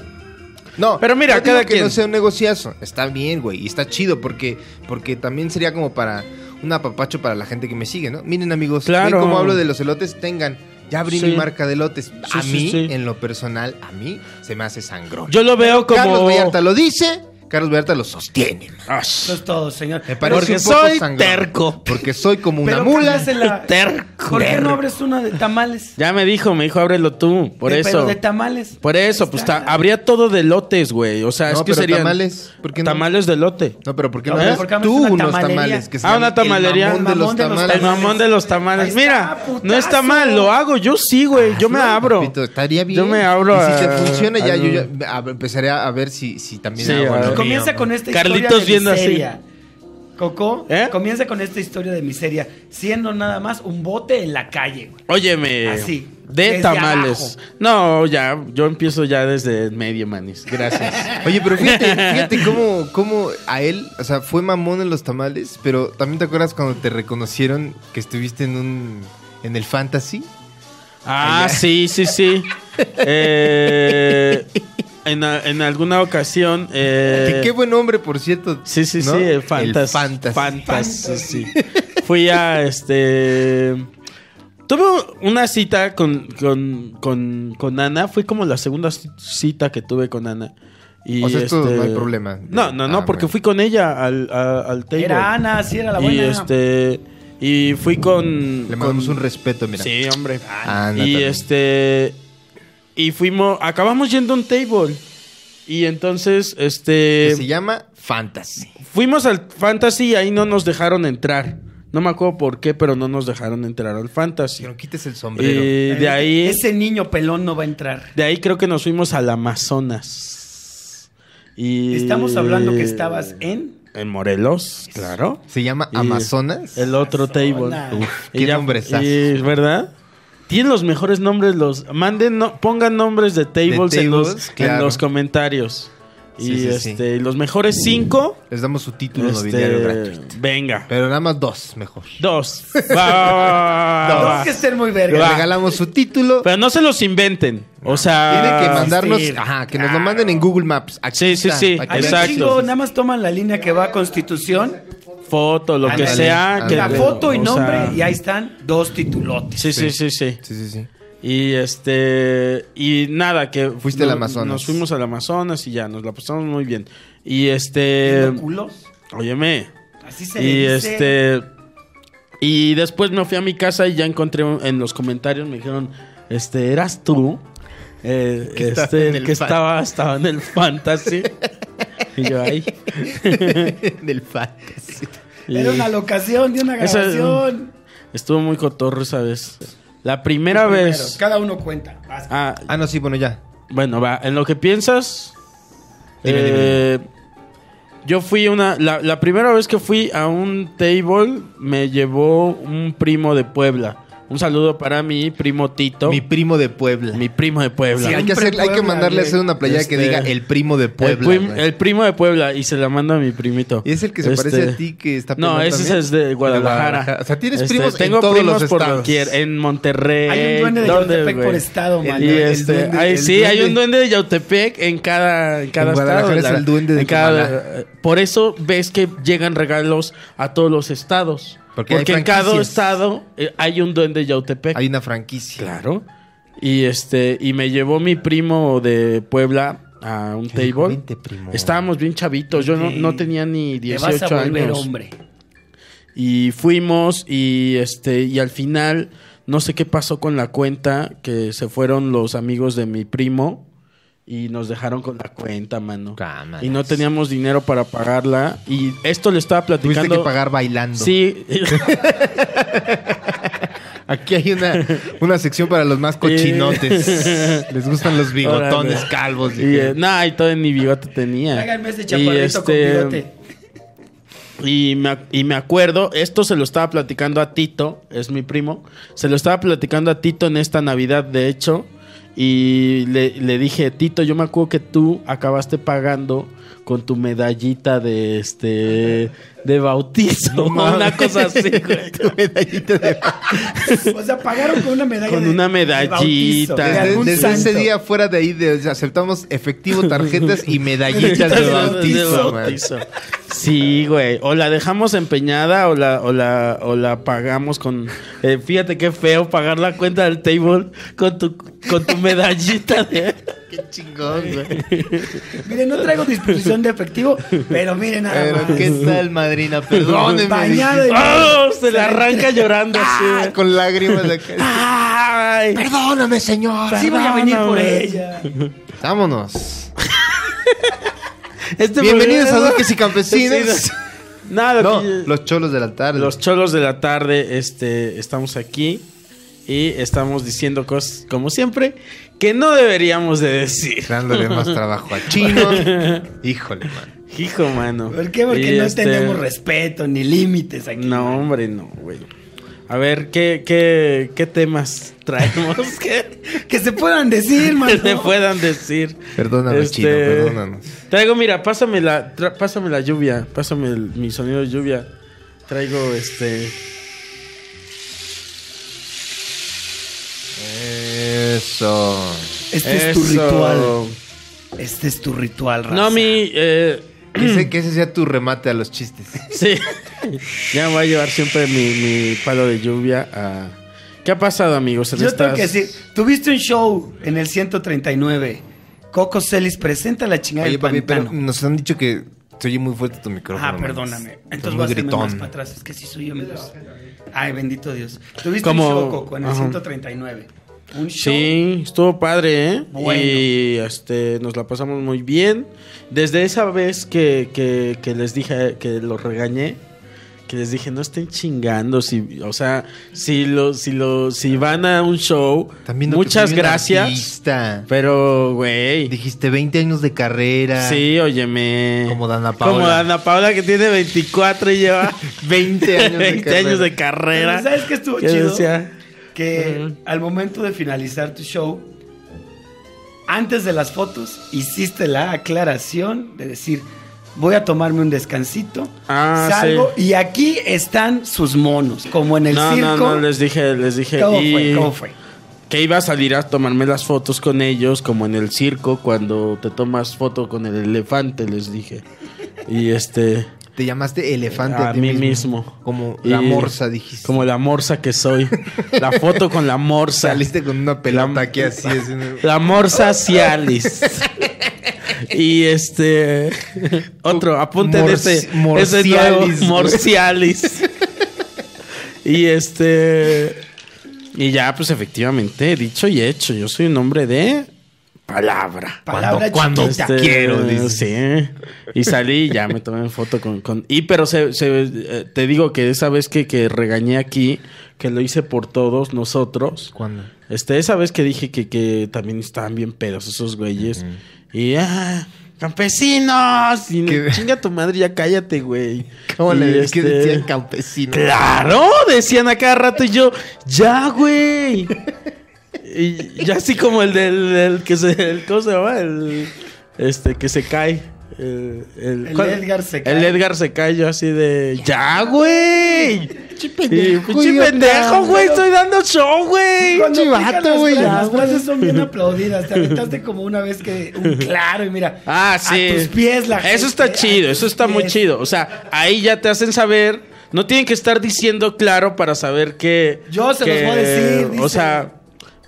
[SPEAKER 3] No,
[SPEAKER 4] Pero mira,
[SPEAKER 3] no digo
[SPEAKER 4] cada
[SPEAKER 3] que
[SPEAKER 4] quien.
[SPEAKER 3] no sea un negociazo. Está bien, güey, y está chido porque porque también sería como para un apapacho para la gente que me sigue, ¿no? Miren, amigos,
[SPEAKER 4] Claro.
[SPEAKER 3] ven cómo hablo de los elotes, tengan ya abrí
[SPEAKER 4] Sí.
[SPEAKER 3] mi marca de elotes. a
[SPEAKER 4] sí,
[SPEAKER 3] mí,
[SPEAKER 4] sí.
[SPEAKER 3] en lo personal, a mí se me hace sangrón.
[SPEAKER 4] Yo lo veo como.
[SPEAKER 3] Oh. Carlos Vallarta lo dice, Carlos Vallarta lo sostiene. man.
[SPEAKER 4] Ah,
[SPEAKER 5] Eso es todo, señor.
[SPEAKER 3] Me parece
[SPEAKER 4] Porque
[SPEAKER 3] un poco
[SPEAKER 4] soy
[SPEAKER 3] sangrón.
[SPEAKER 4] terco.
[SPEAKER 3] Porque soy como una
[SPEAKER 5] Pero
[SPEAKER 3] mula.
[SPEAKER 5] cámbiase la-
[SPEAKER 4] Terco.
[SPEAKER 5] ¿Por qué no abres una de tamales?
[SPEAKER 4] Ya me dijo, me dijo, ábrelo tú. Por
[SPEAKER 5] De-
[SPEAKER 4] eso.
[SPEAKER 5] Pero de tamales.
[SPEAKER 4] Por eso, pues ta- habría todo de lotes, güey. O
[SPEAKER 3] No,
[SPEAKER 4] sea, es que
[SPEAKER 3] pero
[SPEAKER 4] serían
[SPEAKER 3] tamales, ¿por qué no?
[SPEAKER 4] Tamales de lote.
[SPEAKER 3] No, pero ¿por qué
[SPEAKER 5] No,
[SPEAKER 3] no,
[SPEAKER 5] pero
[SPEAKER 3] haces
[SPEAKER 5] ¿por qué
[SPEAKER 3] tú
[SPEAKER 5] una
[SPEAKER 3] unos
[SPEAKER 5] tamalería?
[SPEAKER 3] tamales? Que se
[SPEAKER 4] Ah,
[SPEAKER 3] llaman
[SPEAKER 4] una tamalería.
[SPEAKER 3] El mamón de los
[SPEAKER 5] Mamón de los
[SPEAKER 3] tamales.
[SPEAKER 4] El mamón de los tamales.
[SPEAKER 5] Ahí
[SPEAKER 4] Mira,
[SPEAKER 5] está,
[SPEAKER 4] no está
[SPEAKER 5] putazo.
[SPEAKER 4] mal, lo hago, yo sí, güey. Yo me
[SPEAKER 3] Ah, No,
[SPEAKER 4] abro.
[SPEAKER 3] papito, estaría bien.
[SPEAKER 4] Yo me abro
[SPEAKER 3] Y si
[SPEAKER 4] a-
[SPEAKER 3] te funciona, ya
[SPEAKER 4] a-
[SPEAKER 3] yo ya, a- empezaré a ver si, si también
[SPEAKER 4] Sí,
[SPEAKER 3] hago
[SPEAKER 4] a
[SPEAKER 3] lo
[SPEAKER 4] ver.
[SPEAKER 3] mío,
[SPEAKER 5] Comienza
[SPEAKER 3] ¿no?
[SPEAKER 5] con esta
[SPEAKER 4] Carlitos
[SPEAKER 5] historia
[SPEAKER 4] viendo
[SPEAKER 5] de
[SPEAKER 4] así.
[SPEAKER 5] miseria. Coco,
[SPEAKER 4] ¿Eh?
[SPEAKER 5] comienza con esta historia de miseria, siendo nada más un bote en la calle, güey.
[SPEAKER 4] Óyeme.
[SPEAKER 5] Así,
[SPEAKER 4] De
[SPEAKER 5] desde
[SPEAKER 4] tamales.
[SPEAKER 5] abajo.
[SPEAKER 4] No, ya, yo empiezo ya desde el medio, manis. Gracias.
[SPEAKER 3] Oye, pero fíjate, fíjate cómo, cómo a él, o sea, fue mamón en los tamales, pero también te acuerdas cuando te reconocieron que estuviste en un en el fantasy.
[SPEAKER 4] [LAUGHS] Ah, sí, sí, sí. Eh, en, a- en alguna ocasión. eh,
[SPEAKER 3] que qué buen hombre, por cierto.
[SPEAKER 4] Sí, sí,
[SPEAKER 3] ¿no?
[SPEAKER 4] sí, el
[SPEAKER 3] El
[SPEAKER 4] Fantas.
[SPEAKER 3] fantasy.
[SPEAKER 4] Fantas, sí, sí. Fui a este. Tuve una cita con, con, con, con Ana. Fue como la segunda ci- cita que tuve con Ana. Y
[SPEAKER 3] O sea, esto
[SPEAKER 4] este,
[SPEAKER 3] no hay problema.
[SPEAKER 4] No, no, no,
[SPEAKER 3] Ah,
[SPEAKER 4] porque
[SPEAKER 3] bueno.
[SPEAKER 4] fui con ella al, a- al table.
[SPEAKER 5] Era Ana, sí era la
[SPEAKER 4] Y
[SPEAKER 5] buena.
[SPEAKER 4] este. Y fui con.
[SPEAKER 3] Le mandamos
[SPEAKER 4] con-
[SPEAKER 3] un respeto, mira. Ah,
[SPEAKER 4] Sí, hombre.
[SPEAKER 3] Ana
[SPEAKER 4] y
[SPEAKER 3] también.
[SPEAKER 4] este. y fuimos, acabamos yendo a un table. Y entonces,
[SPEAKER 3] Que
[SPEAKER 4] este,
[SPEAKER 3] se llama Fantasy.
[SPEAKER 4] fuimos al Fantasy y ahí no nos dejaron entrar. No me acuerdo por qué, pero no nos dejaron entrar al Fantasy.
[SPEAKER 3] Dijeron, quites el sombrero.
[SPEAKER 4] Y de ahí,
[SPEAKER 5] Este, Ese niño pelón no va a entrar.
[SPEAKER 4] de ahí creo que nos fuimos al Amazonas. Y
[SPEAKER 5] Estamos hablando que estabas en...
[SPEAKER 4] en Morelos, claro.
[SPEAKER 3] Se llama
[SPEAKER 4] Y
[SPEAKER 3] Amazonas.
[SPEAKER 4] El otro
[SPEAKER 5] Amazonas.
[SPEAKER 4] table.
[SPEAKER 3] Uf,
[SPEAKER 4] Y
[SPEAKER 3] qué
[SPEAKER 4] ya-
[SPEAKER 3] nombrezazo.
[SPEAKER 4] y- ¿Verdad? Tienen los mejores nombres los manden no- pongan nombres de tables, en, los,
[SPEAKER 3] tables,
[SPEAKER 4] en
[SPEAKER 3] claro.
[SPEAKER 4] los comentarios.
[SPEAKER 3] Sí,
[SPEAKER 4] y
[SPEAKER 3] sí, sí.
[SPEAKER 4] este, y los mejores cinco
[SPEAKER 3] Les damos su título
[SPEAKER 4] este,
[SPEAKER 3] nobiliario gratuito.
[SPEAKER 4] venga.
[SPEAKER 3] Pero nada más dos, mejor. [LAUGHS]
[SPEAKER 4] Dos. Va, va, va, va, va, va.
[SPEAKER 5] Tengo que ser muy
[SPEAKER 3] Le
[SPEAKER 5] verga.
[SPEAKER 3] regalamos su título.
[SPEAKER 4] ah, Pero no se los inventen. O sea,
[SPEAKER 3] Tienen que mandarnos.
[SPEAKER 5] existir,
[SPEAKER 3] Ajá, que nos lo manden en Google Maps. Aquí
[SPEAKER 4] Sí, sí,
[SPEAKER 3] está,
[SPEAKER 4] sí,
[SPEAKER 3] para que
[SPEAKER 5] Hay un
[SPEAKER 4] Exacto.
[SPEAKER 5] chingo, nada más toman la línea que va a Constitución,
[SPEAKER 4] foto, lo que
[SPEAKER 5] Ándale,
[SPEAKER 4] sea,
[SPEAKER 3] ándale.
[SPEAKER 4] que-
[SPEAKER 5] la foto y
[SPEAKER 4] o
[SPEAKER 5] nombre,
[SPEAKER 4] sea,
[SPEAKER 5] y ahí están dos titulotes.
[SPEAKER 4] Sí, sí, sí, sí.
[SPEAKER 3] Sí, sí, [LAUGHS] sí.
[SPEAKER 4] Y este. Y nada, que.
[SPEAKER 3] Fuiste al
[SPEAKER 4] no-
[SPEAKER 3] Amazonas.
[SPEAKER 4] Nos fuimos al Amazonas y ya, nos la pasamos muy bien. Y
[SPEAKER 5] Viendo
[SPEAKER 4] este.
[SPEAKER 5] culos.
[SPEAKER 4] Óyeme.
[SPEAKER 5] Así se
[SPEAKER 4] Y
[SPEAKER 5] le dice.
[SPEAKER 4] este. Y después me fui a mi casa y ya encontré un- en los comentarios, me dijeron, este, ¿eras tú? Eh,
[SPEAKER 3] Que estaba
[SPEAKER 4] este,
[SPEAKER 3] en
[SPEAKER 4] el
[SPEAKER 3] el
[SPEAKER 4] que
[SPEAKER 3] fan-
[SPEAKER 4] estaba, estaba en
[SPEAKER 3] [LAUGHS]
[SPEAKER 4] el fantasy. y yo ahí.
[SPEAKER 3] Del Fantasy.
[SPEAKER 5] Era una locación de una
[SPEAKER 4] Esa-
[SPEAKER 5] grabación.
[SPEAKER 4] Estuvo muy cotorro esa vez. La primera
[SPEAKER 5] Primero,
[SPEAKER 4] vez.
[SPEAKER 5] Cada uno cuenta. Vas.
[SPEAKER 4] Ah,
[SPEAKER 3] Ah, no, sí, bueno, ya.
[SPEAKER 4] Bueno, va, en lo que piensas.
[SPEAKER 3] Dime, dime,
[SPEAKER 4] eh, Yo fui una. La, la primera vez que fui a un table me llevó un primo de Puebla. Un saludo para mi primo Tito.
[SPEAKER 3] Mi
[SPEAKER 4] Mi,
[SPEAKER 3] primo de Puebla.
[SPEAKER 4] primo de Puebla.
[SPEAKER 5] Sí,
[SPEAKER 3] hay, que
[SPEAKER 5] Siempre
[SPEAKER 3] hacer, hay que
[SPEAKER 5] Puebla,
[SPEAKER 3] mandarle a
[SPEAKER 5] güey.
[SPEAKER 3] hacer una playa que
[SPEAKER 4] Este-
[SPEAKER 3] diga el primo de
[SPEAKER 4] el,
[SPEAKER 3] Puebla.
[SPEAKER 4] prim-
[SPEAKER 3] güey.
[SPEAKER 4] el primo de Puebla y se la mando a mi primito.
[SPEAKER 3] ¿Y es el que se
[SPEAKER 4] Este,
[SPEAKER 3] parece a ti que está
[SPEAKER 4] No,
[SPEAKER 3] pelón
[SPEAKER 4] ese
[SPEAKER 3] también?
[SPEAKER 4] es de Guadalajara.
[SPEAKER 3] Guadalajara. O sea, tienes
[SPEAKER 4] Este,
[SPEAKER 3] primos en
[SPEAKER 4] tengo
[SPEAKER 3] todos
[SPEAKER 4] primos
[SPEAKER 3] los
[SPEAKER 4] por
[SPEAKER 3] estados.
[SPEAKER 4] doquier, en Monterrey.
[SPEAKER 5] Hay un duende de
[SPEAKER 4] ¿dónde,
[SPEAKER 5] Yautepec
[SPEAKER 4] güey?
[SPEAKER 5] por estado,
[SPEAKER 3] El-
[SPEAKER 5] man.
[SPEAKER 4] Y
[SPEAKER 3] el
[SPEAKER 4] este,
[SPEAKER 3] duende-
[SPEAKER 4] ay,
[SPEAKER 3] el
[SPEAKER 4] sí, hay un
[SPEAKER 3] duende.
[SPEAKER 4] duende de Yautepec en cada, en cada
[SPEAKER 3] En Guadalajara
[SPEAKER 4] estado.
[SPEAKER 3] es el duende de
[SPEAKER 4] en cada- eh,
[SPEAKER 3] Tonalá.
[SPEAKER 4] por eso ves que llegan regalos a todos los estados.
[SPEAKER 3] Porque
[SPEAKER 4] Porque,
[SPEAKER 3] hay
[SPEAKER 4] en cada
[SPEAKER 3] franquicias.
[SPEAKER 4] estado eh, hay un duende de Yautepec.
[SPEAKER 3] Hay una franquicia.
[SPEAKER 4] Claro. Y este, y me llevó mi primo de Puebla a un
[SPEAKER 3] Te digo,
[SPEAKER 4] table.
[SPEAKER 3] "Vente, primo".
[SPEAKER 4] Estábamos bien chavitos, yo no,
[SPEAKER 5] Sí.
[SPEAKER 4] no tenía ni
[SPEAKER 5] Te vas
[SPEAKER 4] 18
[SPEAKER 5] a volver
[SPEAKER 4] años.
[SPEAKER 5] hombre.
[SPEAKER 4] Y fuimos y este y al final no sé qué pasó con la cuenta que se fueron los amigos de mi primo y nos dejaron con la cuenta, mano.
[SPEAKER 3] Cámaras.
[SPEAKER 4] Y no teníamos dinero para pagarla y esto le estaba platicando.
[SPEAKER 3] Tuviste que pagar bailando.
[SPEAKER 4] Sí.
[SPEAKER 3] Aquí hay
[SPEAKER 4] [LAUGHS]
[SPEAKER 3] una, una sección para los más cochinotes. Les gustan los [LAUGHS]
[SPEAKER 4] [LAUGHS]
[SPEAKER 3] bigotones
[SPEAKER 4] Órale.
[SPEAKER 3] calvos.
[SPEAKER 4] y eh, nah, y todo ni bigote tenía.
[SPEAKER 5] Háganme ese
[SPEAKER 4] Y,
[SPEAKER 5] chaparrito con
[SPEAKER 4] este, [LAUGHS]
[SPEAKER 5] bigote.
[SPEAKER 4] Y me, ac- y me acuerdo, esto se lo estaba platicando a Tito, es mi primo, se lo estaba platicando a Tito en esta Navidad, de hecho, y le, le dije, Tito, yo me acuerdo que tú acabaste pagando con tu medallita de este de bautizo, [LAUGHS] una cosa
[SPEAKER 3] [LAUGHS]
[SPEAKER 4] así, güey.
[SPEAKER 3] Tu medallita de-
[SPEAKER 5] O sea, pagaron con una medalla.
[SPEAKER 4] Con
[SPEAKER 5] de-
[SPEAKER 4] una
[SPEAKER 5] de
[SPEAKER 4] medallita.
[SPEAKER 5] bautizo, de
[SPEAKER 3] Desde,
[SPEAKER 5] algún
[SPEAKER 3] desde ese
[SPEAKER 5] santo.
[SPEAKER 3] día fuera de ahí de- aceptamos efectivo, tarjetas y
[SPEAKER 4] [LAUGHS]
[SPEAKER 3] medallitas de bautizo. man.
[SPEAKER 4] Sí, güey. O la dejamos empeñada o la, o la, o la pagamos con. eh, fíjate qué feo pagar la cuenta del table con tu, con tu medallita de.
[SPEAKER 3] Qué chingón, güey.
[SPEAKER 5] Miren, no traigo disposición de efectivo, pero miren nada
[SPEAKER 3] Pero
[SPEAKER 5] más.
[SPEAKER 3] qué tal, madrina, perdóneme.
[SPEAKER 5] Bañado en-
[SPEAKER 4] ¡Oh! Se la arranca llorando así.
[SPEAKER 3] Ah, Con lágrimas acá.
[SPEAKER 4] ¡Ay!
[SPEAKER 3] Perdóname, señor.
[SPEAKER 5] Sí voy a venir por
[SPEAKER 4] Perdóname.
[SPEAKER 5] ella.
[SPEAKER 3] Vámonos.
[SPEAKER 4] Este
[SPEAKER 3] Bienvenidos a
[SPEAKER 4] programa-
[SPEAKER 3] Duques y Campesinos.
[SPEAKER 4] Sí, Nada,
[SPEAKER 3] No,
[SPEAKER 4] que-
[SPEAKER 3] los cholos de la tarde.
[SPEAKER 4] Los cholos de la tarde, este, estamos aquí y estamos diciendo cosas, como siempre, que no deberíamos de decir.
[SPEAKER 3] Dándole más trabajo a Chino. Híjole, man.
[SPEAKER 4] Hijo, mano.
[SPEAKER 5] ¿Por qué? Porque
[SPEAKER 4] Y
[SPEAKER 5] no
[SPEAKER 4] este,
[SPEAKER 5] tenemos respeto ni límites aquí.
[SPEAKER 4] No, hombre, no, güey. A ver, ¿qué, qué, qué temas traemos que,
[SPEAKER 5] Que se puedan decir,
[SPEAKER 4] [LAUGHS]
[SPEAKER 5] mano.
[SPEAKER 4] que te puedan decir? Este,
[SPEAKER 3] Perdóname, Chino, perdónanos.
[SPEAKER 4] Traigo, mira, pásame la, tra- pásame la lluvia, pásame el- mi sonido de lluvia. Traigo este...
[SPEAKER 3] Eso.
[SPEAKER 5] Este es tu
[SPEAKER 4] eso.
[SPEAKER 5] ritual. Este es tu ritual, raza.
[SPEAKER 4] No, mi... eh,
[SPEAKER 3] Que ese, que ese sea tu remate a los chistes.
[SPEAKER 4] Sí. [LAUGHS] ya me voy a llevar siempre mi, mi palo de lluvia a... ¿Qué ha pasado, amigos? en
[SPEAKER 5] Yo tengo
[SPEAKER 4] estas-
[SPEAKER 5] que decir, tuviste un show en el 139. Coco Celis presenta la chingada
[SPEAKER 3] Oye,
[SPEAKER 5] del
[SPEAKER 3] papi, pero
[SPEAKER 5] pantano.
[SPEAKER 3] nos han dicho que se oye muy fuerte tu micrófono.
[SPEAKER 5] Ah,
[SPEAKER 3] man.
[SPEAKER 5] perdóname.
[SPEAKER 3] Estás
[SPEAKER 5] Entonces
[SPEAKER 3] muy
[SPEAKER 5] voy a hacerme más
[SPEAKER 3] gritón.
[SPEAKER 5] para atrás. Es que sí soy yo, amigos. Ay, bendito Dios. Tuviste
[SPEAKER 4] Como-
[SPEAKER 5] un show, Coco, en el
[SPEAKER 4] Ajá.
[SPEAKER 5] 139. Un show.
[SPEAKER 4] Sí, estuvo padre, ¿eh?
[SPEAKER 5] Bueno.
[SPEAKER 4] Y este, nos la pasamos muy bien. Desde esa vez que, que- que les dije, que los regañé, que les dije, no estén chingando. Si, o sea, si, lo, si, lo, si van a un show,
[SPEAKER 3] También lo que
[SPEAKER 4] muchas
[SPEAKER 3] soy un
[SPEAKER 4] gracias.
[SPEAKER 3] artista.
[SPEAKER 4] Pero, güey.
[SPEAKER 3] Dijiste 20 años de carrera.
[SPEAKER 4] Sí, óyeme.
[SPEAKER 3] "Ah, Como Dana Paola.
[SPEAKER 4] Como Dana Paula que tiene 24
[SPEAKER 3] [LAUGHS]
[SPEAKER 4] y lleva
[SPEAKER 3] 20 años de
[SPEAKER 4] [LAUGHS] 20 años de carrera.
[SPEAKER 5] Pero, ¿Sabes qué estuvo
[SPEAKER 4] ¿Qué
[SPEAKER 5] chido?
[SPEAKER 4] decía?
[SPEAKER 5] Que
[SPEAKER 4] Ujú.
[SPEAKER 5] al momento de finalizar tu show, antes de las fotos, hiciste la aclaración de decir, voy a tomarme un descansito,
[SPEAKER 4] Ah,
[SPEAKER 5] salgo y aquí están sus monos, como en el
[SPEAKER 4] no,
[SPEAKER 5] circo.
[SPEAKER 4] no, no, les dije, les dije.
[SPEAKER 5] ¿Cómo
[SPEAKER 4] y-
[SPEAKER 5] fue? ¿Cómo fue?
[SPEAKER 4] Que iba a salir a tomarme las fotos con ellos, como en el circo, cuando te tomas foto con el elefante, les dije. Y este.
[SPEAKER 3] Te llamaste elefante
[SPEAKER 4] a
[SPEAKER 3] ti
[SPEAKER 4] mí mismo.
[SPEAKER 3] Como
[SPEAKER 4] Y-
[SPEAKER 3] la morsa, dijiste.
[SPEAKER 4] Como la morsa que soy. La foto con la morsa.
[SPEAKER 3] [LAUGHS] Saliste con una pelota aquí así. así,
[SPEAKER 4] La
[SPEAKER 3] [LAUGHS]
[SPEAKER 4] morsa Cialis. Y este. Otro, apunten
[SPEAKER 3] Morci-
[SPEAKER 4] ese. ese nuevo,
[SPEAKER 3] Morcialis, güey.
[SPEAKER 4] Morcialis. Y este. Y ya, pues efectivamente, dicho y hecho, yo soy un hombre de palabra.
[SPEAKER 5] Palabra chiquita.
[SPEAKER 4] Este,
[SPEAKER 3] quiero, dice.
[SPEAKER 4] Sí. Y salí y ya me tomé foto con. con- y pero se, se- eh, te digo que esa vez que, que regañé aquí, que lo hice por todos nosotros. [LAUGHS]
[SPEAKER 3] ¿Cuándo?
[SPEAKER 4] Este, esa vez que dije que, que también estaban bien pedos esos güeyes. Y ah, campesinos. Y
[SPEAKER 3] ¿Qué?
[SPEAKER 4] chinga tu madre, ya cállate, güey.
[SPEAKER 3] ¿Cómo
[SPEAKER 4] Y,
[SPEAKER 3] le ¿qué
[SPEAKER 4] este,
[SPEAKER 3] decían campesino?
[SPEAKER 4] Claro, decían a cada rato y yo, ya, güey. y ya así como el del el que se, el- ¿cómo se llama? El, este, que se cae. El,
[SPEAKER 5] El Edgar se
[SPEAKER 4] El
[SPEAKER 5] cae.
[SPEAKER 4] Edgar se cae yo así de, ya, güey. Pinche
[SPEAKER 3] pendejo, idiota.
[SPEAKER 4] pendejo, güey, estoy dando show, güey.
[SPEAKER 5] Cuando
[SPEAKER 3] Pinche
[SPEAKER 5] aplican
[SPEAKER 3] vato,
[SPEAKER 5] las
[SPEAKER 3] güey,
[SPEAKER 5] frases,
[SPEAKER 3] ya,
[SPEAKER 5] Las
[SPEAKER 3] güey.
[SPEAKER 5] frases son bien aplaudidas. Te aventaste como una vez que un claro y mira.
[SPEAKER 4] Ah, sí.
[SPEAKER 5] A tus pies la
[SPEAKER 4] Eso
[SPEAKER 5] gente,
[SPEAKER 4] está
[SPEAKER 5] a
[SPEAKER 4] chido,
[SPEAKER 5] tus
[SPEAKER 4] eso está muy
[SPEAKER 5] pies.
[SPEAKER 4] chido. O sea, ahí ya te hacen saber. No tienen que estar diciendo claro para saber que.
[SPEAKER 5] Yo se los
[SPEAKER 4] que-
[SPEAKER 5] voy a decir, dice.
[SPEAKER 4] O sea,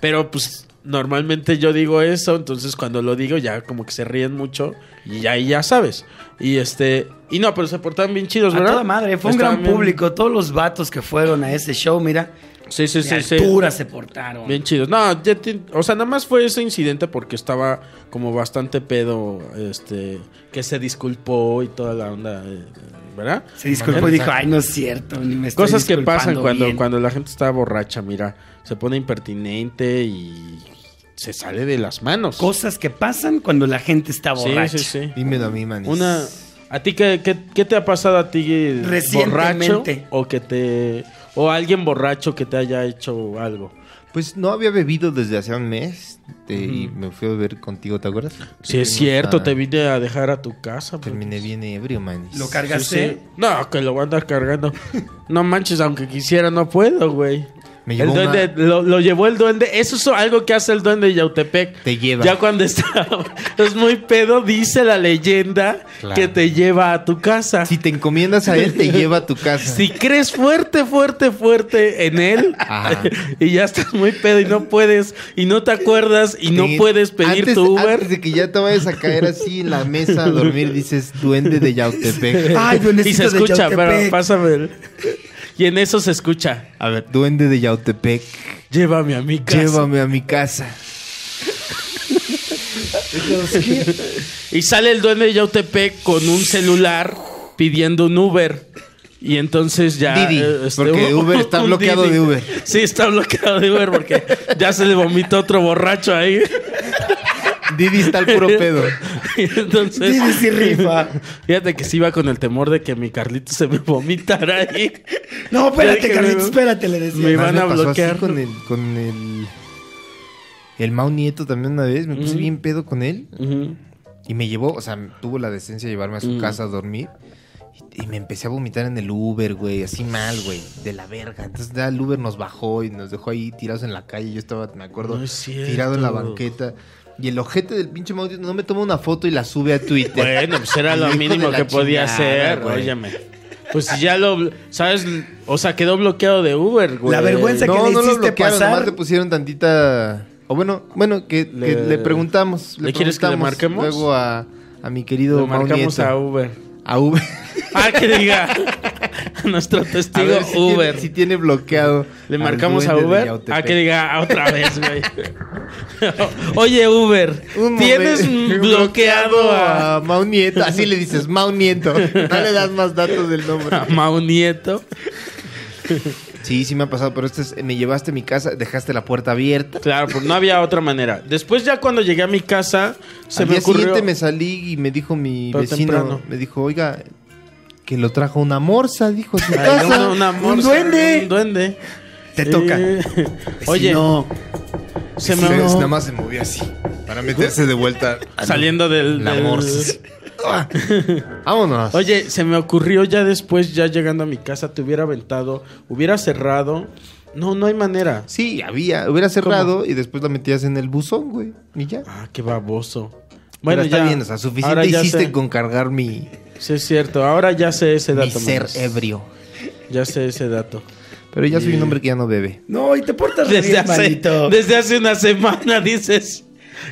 [SPEAKER 4] pero pues normalmente yo digo eso, entonces cuando lo digo ya como que se ríen mucho y ya, ahí ya sabes. Y este. Y no, pero se portaban bien chidos,
[SPEAKER 5] A
[SPEAKER 4] ¿verdad?
[SPEAKER 5] toda madre, fue un
[SPEAKER 4] Estaban
[SPEAKER 5] gran
[SPEAKER 4] bien-
[SPEAKER 5] público. Todos los vatos que fueron a ese show, mira,
[SPEAKER 4] Sí, sí, sí,
[SPEAKER 5] de
[SPEAKER 4] sí.
[SPEAKER 5] altura se portaron.
[SPEAKER 4] Bien chidos. No, ya te- o sea, nada más fue ese incidente porque estaba como bastante pedo, este, que se disculpó y toda la onda, eh, ¿verdad?
[SPEAKER 5] Se disculpó y dijo, ay, no es cierto, ni me estoy
[SPEAKER 4] Cosas que pasan
[SPEAKER 5] disculpando
[SPEAKER 4] cuando,
[SPEAKER 5] bien".
[SPEAKER 4] cuando la gente está borracha, mira, se pone impertinente y se sale de las manos.
[SPEAKER 5] Cosas que pasan cuando la gente está
[SPEAKER 4] sí,
[SPEAKER 5] borracha.
[SPEAKER 4] sí, sí.
[SPEAKER 3] Dímelo a mí, manis.
[SPEAKER 4] Una, ¿a ti qué, qué- qué te ha pasado a ti borracho
[SPEAKER 5] Recientemente.
[SPEAKER 4] o que te o alguien borracho que te haya hecho algo?
[SPEAKER 3] Pues no había bebido desde hace un mes te- y me fui a beber contigo, ¿te acuerdas?
[SPEAKER 4] Si
[SPEAKER 3] Fuimos
[SPEAKER 4] es cierto,
[SPEAKER 3] a-
[SPEAKER 4] te vine a dejar a tu casa. porque-
[SPEAKER 3] Terminé bien ebrio, manis.
[SPEAKER 5] Lo
[SPEAKER 4] Sí,
[SPEAKER 5] cargaste.
[SPEAKER 4] sí. No, que lo voy a andar cargando. No manches, aunque quisiera, no puedo, güey.
[SPEAKER 3] Me
[SPEAKER 4] El
[SPEAKER 3] llevó una-
[SPEAKER 4] duende, lo, lo llevó el duende. Eso es algo que hace el duende de Yautepec.
[SPEAKER 3] Te lleva.
[SPEAKER 4] Ya cuando está. [LAUGHS] Es muy pedo, dice la leyenda
[SPEAKER 3] Claro.
[SPEAKER 4] que te lleva a tu casa.
[SPEAKER 3] Si
[SPEAKER 4] Si,
[SPEAKER 3] te encomiendas a él, te lleva a tu casa.
[SPEAKER 4] [LAUGHS] crees fuerte, fuerte, fuerte en él
[SPEAKER 3] Ajá.
[SPEAKER 4] [LAUGHS] y ya estás muy pedo y no puedes, y no te acuerdas y no
[SPEAKER 3] Sí.
[SPEAKER 4] puedes pedir
[SPEAKER 3] Antes-
[SPEAKER 4] tu Uber.
[SPEAKER 3] Antes de que ya te vayas a caer así en la mesa a dormir, dices duende de Yautepec.
[SPEAKER 4] [LAUGHS] y
[SPEAKER 5] Ay,
[SPEAKER 4] se
[SPEAKER 5] duendecito de
[SPEAKER 4] escucha, pero
[SPEAKER 5] Yautepec.
[SPEAKER 4] pásame. el- Y en eso se escucha.
[SPEAKER 3] A ver, duende de Yautepec,
[SPEAKER 4] Llévame a mi casa.
[SPEAKER 3] llévame a mi casa.
[SPEAKER 4] Y sale el duende de Yautepec con un celular pidiendo un Uber. Y entonces ya. eh, este,
[SPEAKER 3] Didi, porque Uber está
[SPEAKER 4] [LAUGHS] un
[SPEAKER 3] bloqueado de Uber.
[SPEAKER 4] Sí, está bloqueado de Uber porque ya se le vomitó otro borracho ahí.
[SPEAKER 3] Didi está al puro pedo.
[SPEAKER 4] [LAUGHS] Y entonces.
[SPEAKER 5] Didi
[SPEAKER 4] [LAUGHS]
[SPEAKER 5] sí rifa.
[SPEAKER 4] Fíjate que sí iba con el temor de que mi Carlito se me vomitara ahí.
[SPEAKER 5] No,
[SPEAKER 4] Ya
[SPEAKER 5] espérate,
[SPEAKER 4] dije,
[SPEAKER 5] Carlitos,
[SPEAKER 4] me-
[SPEAKER 5] espérate, le decía.
[SPEAKER 4] Me
[SPEAKER 3] Además,
[SPEAKER 4] van a
[SPEAKER 3] pasó así
[SPEAKER 4] bloquear.
[SPEAKER 3] con el, con el, el Mau Nieto también una vez. Me puse bien pedo con él.
[SPEAKER 4] Ujú.
[SPEAKER 3] Y me llevó, o sea, tuvo la decencia de llevarme a
[SPEAKER 4] Mm.
[SPEAKER 3] su casa a dormir. Y, y me empecé a vomitar en el Uber, güey, así mal, güey, de la verga. Entonces ya el Uber nos bajó y nos dejó ahí tirados en la calle. Yo estaba, me acuerdo,
[SPEAKER 4] No es cierto.
[SPEAKER 3] tirado en la banqueta. Y el ojete del pinche Mau Nieto no me toma una foto y la sube a Twitter.
[SPEAKER 4] [LAUGHS] Bueno, pues era lo
[SPEAKER 3] Hijo de
[SPEAKER 4] mínimo
[SPEAKER 3] la
[SPEAKER 4] que podía
[SPEAKER 3] chingada,
[SPEAKER 4] hacer.
[SPEAKER 3] güey.
[SPEAKER 4] Óyeme. Pues si ya lo. ¿Sabes? O sea, quedó bloqueado de Uber, güey.
[SPEAKER 5] La vergüenza que
[SPEAKER 3] No,
[SPEAKER 5] le
[SPEAKER 3] no lo
[SPEAKER 5] hiciste
[SPEAKER 3] bloquearon,
[SPEAKER 5] pasar.
[SPEAKER 3] nomás le pusieron tantita... O bueno, bueno, que que le,
[SPEAKER 4] Le-
[SPEAKER 3] preguntamos.
[SPEAKER 4] ¿Le quieres que le
[SPEAKER 3] preguntamos
[SPEAKER 4] marquemos?
[SPEAKER 3] Luego a, a mi
[SPEAKER 4] Lo
[SPEAKER 3] querido Mau
[SPEAKER 4] marcamos
[SPEAKER 3] Nieto. [LAUGHS]
[SPEAKER 4] a Uber. [LAUGHS]
[SPEAKER 3] a Uber.
[SPEAKER 4] Ah, que diga. a nuestro
[SPEAKER 3] A
[SPEAKER 4] testigo
[SPEAKER 3] ver si tiene-
[SPEAKER 4] Uber.
[SPEAKER 3] si tiene bloqueado.
[SPEAKER 4] Le
[SPEAKER 3] al
[SPEAKER 4] marcamos a
[SPEAKER 3] duende de
[SPEAKER 4] Uber
[SPEAKER 3] Yautepec.
[SPEAKER 4] a Ah, que diga otra vez, güey. [LAUGHS] Oye, Uber,
[SPEAKER 3] Un [LAUGHS]
[SPEAKER 4] tienes
[SPEAKER 3] momento.
[SPEAKER 4] bloqueado a,
[SPEAKER 3] a Mau Nieto. Así le dices, Mau Nieto. No le das más datos del nombre.
[SPEAKER 4] [LAUGHS] a Mau Nieto.
[SPEAKER 3] [LAUGHS] Sí, sí me ha pasado, pero este es, me llevaste a mi casa, dejaste la puerta abierta.
[SPEAKER 4] Claro, pues no había otra manera. Después ya cuando llegué a mi casa, se
[SPEAKER 3] Al
[SPEAKER 4] me
[SPEAKER 3] día
[SPEAKER 4] ocurrió...
[SPEAKER 3] siguiente me salí y me dijo mi
[SPEAKER 4] Pero
[SPEAKER 3] vecino,
[SPEAKER 4] temprano.
[SPEAKER 3] me dijo, oiga, que lo trajo una morsa, dijo a su
[SPEAKER 4] Ay,
[SPEAKER 3] casa.
[SPEAKER 4] una- una
[SPEAKER 3] un
[SPEAKER 4] morsa,
[SPEAKER 3] duende.
[SPEAKER 4] Un duende.
[SPEAKER 5] Te
[SPEAKER 4] Sí.
[SPEAKER 5] toca.
[SPEAKER 4] Oye,
[SPEAKER 5] No,
[SPEAKER 4] se
[SPEAKER 3] Sí,
[SPEAKER 4] me...
[SPEAKER 3] es- nada más se movió así. Para meterse de vuelta. a
[SPEAKER 4] Saliendo del...
[SPEAKER 3] La
[SPEAKER 4] del-
[SPEAKER 3] morsa. Ah, [LAUGHS] Vámonos.
[SPEAKER 4] Oye, se me ocurrió ya después, ya llegando a mi casa, te hubiera aventado, hubiera cerrado. No, no hay manera.
[SPEAKER 3] Sí, había. Hubiera cerrado y después la metías en el buzón, güey. Y ya.
[SPEAKER 4] Ah, qué baboso.
[SPEAKER 3] Bueno, está bien, o sea, suficiente
[SPEAKER 4] ahora ya
[SPEAKER 3] hiciste
[SPEAKER 4] sé.
[SPEAKER 3] con cargar mi,
[SPEAKER 4] Sí, es cierto. Ahora ya sé ese dato.
[SPEAKER 3] mi ser
[SPEAKER 4] Manos.
[SPEAKER 3] ebrio.
[SPEAKER 4] Ya sé
[SPEAKER 3] [LAUGHS]
[SPEAKER 4] ese dato.
[SPEAKER 3] Pero ya soy un hombre que ya no bebe.
[SPEAKER 5] no, y te portas re
[SPEAKER 4] Desde
[SPEAKER 5] bien,
[SPEAKER 4] hace,
[SPEAKER 5] manito.
[SPEAKER 4] desde hace una semana [LAUGHS] dices.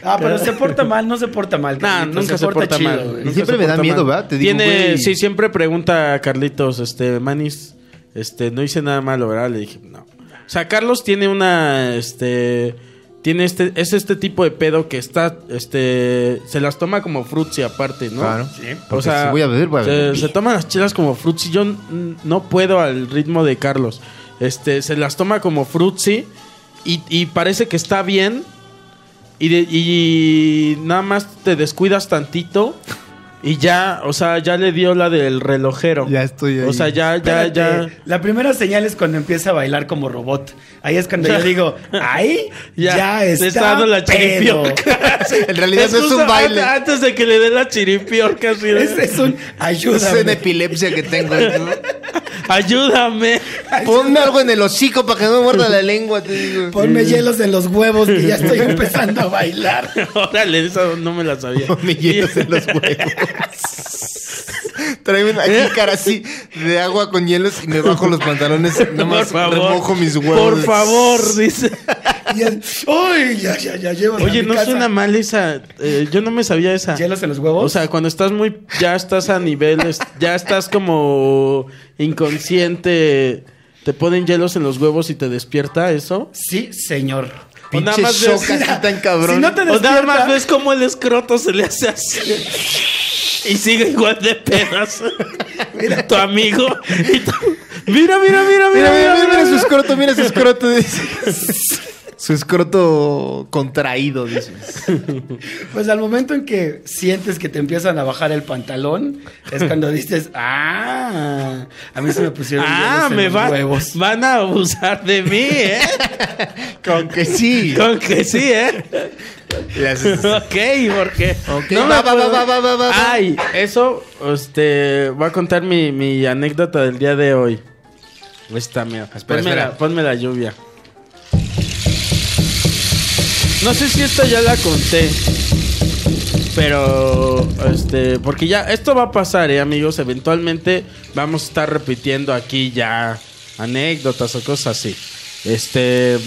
[SPEAKER 5] Ah, pero se porta mal, no se porta mal.
[SPEAKER 4] Nah,
[SPEAKER 5] Carlitos,
[SPEAKER 4] nunca se porta, mal.
[SPEAKER 5] güey.
[SPEAKER 4] nunca
[SPEAKER 3] Siempre
[SPEAKER 4] se
[SPEAKER 3] me da
[SPEAKER 4] porta
[SPEAKER 3] miedo, ¿verdad? Te digo,
[SPEAKER 4] Tiene,
[SPEAKER 3] güey.
[SPEAKER 4] sí, siempre pregunta a Carlitos, este, Manis, este, no hice nada malo, ¿verdad? Le dije, no. O sea, Carlos tiene una, este, tiene este, es este tipo de pedo que está, este, se las toma como frutsi aparte, ¿no?
[SPEAKER 3] Claro.
[SPEAKER 5] Sí.
[SPEAKER 4] O
[SPEAKER 3] Porque
[SPEAKER 4] sea,
[SPEAKER 3] si voy a beber, voy a
[SPEAKER 4] se-
[SPEAKER 3] beber.
[SPEAKER 4] Se, toman las chelas como frutsi. Yo n- no puedo al ritmo de Carlos. Este, se las toma como frutsi y, y parece que está bien. Y, de- y nada más te descuidas tantito y ya, o sea, ya le dio la del relojero.
[SPEAKER 3] Ya estoy ahí.
[SPEAKER 4] O sea, ya, ya,
[SPEAKER 5] Espérate,
[SPEAKER 4] ya.
[SPEAKER 5] La primera señal es cuando empieza a bailar como robot. Ahí es cuando yo digo,
[SPEAKER 4] [LAUGHS]
[SPEAKER 5] ahí ya,
[SPEAKER 4] le
[SPEAKER 5] está,
[SPEAKER 4] dando la
[SPEAKER 5] pedo. [LAUGHS]
[SPEAKER 4] chiripiorca.
[SPEAKER 3] [LAUGHS] En realidad no es
[SPEAKER 4] justo
[SPEAKER 3] un baile.
[SPEAKER 4] an- Antes de que le dé la chiripiorca, así de-
[SPEAKER 5] Es, es un
[SPEAKER 3] Es una
[SPEAKER 5] ayúdame.
[SPEAKER 3] epilepsia que tengo.
[SPEAKER 4] [LAUGHS] ayúdame. [LAUGHS]
[SPEAKER 3] Ponme algo en el hocico para que no me muerda la lengua, te digo. [LAUGHS]
[SPEAKER 5] Ponme hielos en los huevos que
[SPEAKER 4] [LAUGHS]
[SPEAKER 5] ya estoy empezando a bailar.
[SPEAKER 4] Órale, esa no me la sabía.
[SPEAKER 3] Me hielos en
[SPEAKER 4] [LAUGHS]
[SPEAKER 3] los huevos. [LAUGHS] Tráeme aquí cara así de agua con hielos y me bajo los pantalones. Nada
[SPEAKER 4] [LAUGHS] Por
[SPEAKER 3] más
[SPEAKER 4] favor.
[SPEAKER 3] remojo mis huevos.
[SPEAKER 4] Por favor,
[SPEAKER 3] [LAUGHS]
[SPEAKER 4] dice.
[SPEAKER 5] Y es, ¡Uy! Ya, ya, ya llevan
[SPEAKER 4] Oye, no suena mal esa. eh, yo no me sabía esa.
[SPEAKER 5] ¿Hielos en los huevos?
[SPEAKER 4] O sea, cuando estás muy. Ya estás a niveles. ya estás como inconsciente. Te ponen hielos en los huevos y te despierta eso.
[SPEAKER 5] sí, señor.
[SPEAKER 4] O Pues nada
[SPEAKER 3] Pinche
[SPEAKER 4] más
[SPEAKER 3] shock
[SPEAKER 4] ves- [LAUGHS]
[SPEAKER 3] así tan cabrón.
[SPEAKER 5] Si no te
[SPEAKER 4] O nada
[SPEAKER 5] despierta-
[SPEAKER 4] más ves cómo el escroto se le hace así. Y sigue igual de pedas. tu amigo. y tú- Mira, mira, mira,
[SPEAKER 3] Mira,
[SPEAKER 4] mira,
[SPEAKER 3] mira, mira, mira su escroto, mira su escroto. dice.
[SPEAKER 4] [LAUGHS]
[SPEAKER 3] su escroto contraído, dices.
[SPEAKER 5] Pues al momento en que sientes que te empiezan a bajar el pantalón, es
[SPEAKER 4] [LAUGHS]
[SPEAKER 5] cuando dices, ah, a mí se me pusieron
[SPEAKER 4] Ah,
[SPEAKER 5] hielos en
[SPEAKER 4] me
[SPEAKER 5] los
[SPEAKER 4] van,
[SPEAKER 5] huevos.
[SPEAKER 4] van a abusar de mí, ¿eh?
[SPEAKER 5] [LAUGHS]
[SPEAKER 3] Con que sí.
[SPEAKER 4] Con que sí, ¿eh?
[SPEAKER 3] Le haces-
[SPEAKER 4] [LAUGHS] ok, porque...
[SPEAKER 3] Ok, va, va,
[SPEAKER 4] acuerdo.
[SPEAKER 3] va, va, va, va, va.
[SPEAKER 4] Ay, eso, este, voy a contar mi, mi anécdota del día de hoy. Esta, mira,
[SPEAKER 3] Espera,
[SPEAKER 4] Pues ponme,
[SPEAKER 3] espera.
[SPEAKER 4] La, ponme la lluvia. No sé si esta ya la conté. Pero, este, porque ya, esto va a pasar, ¿eh, amigos? Eventualmente vamos a estar repitiendo aquí ya anécdotas o cosas así. Este,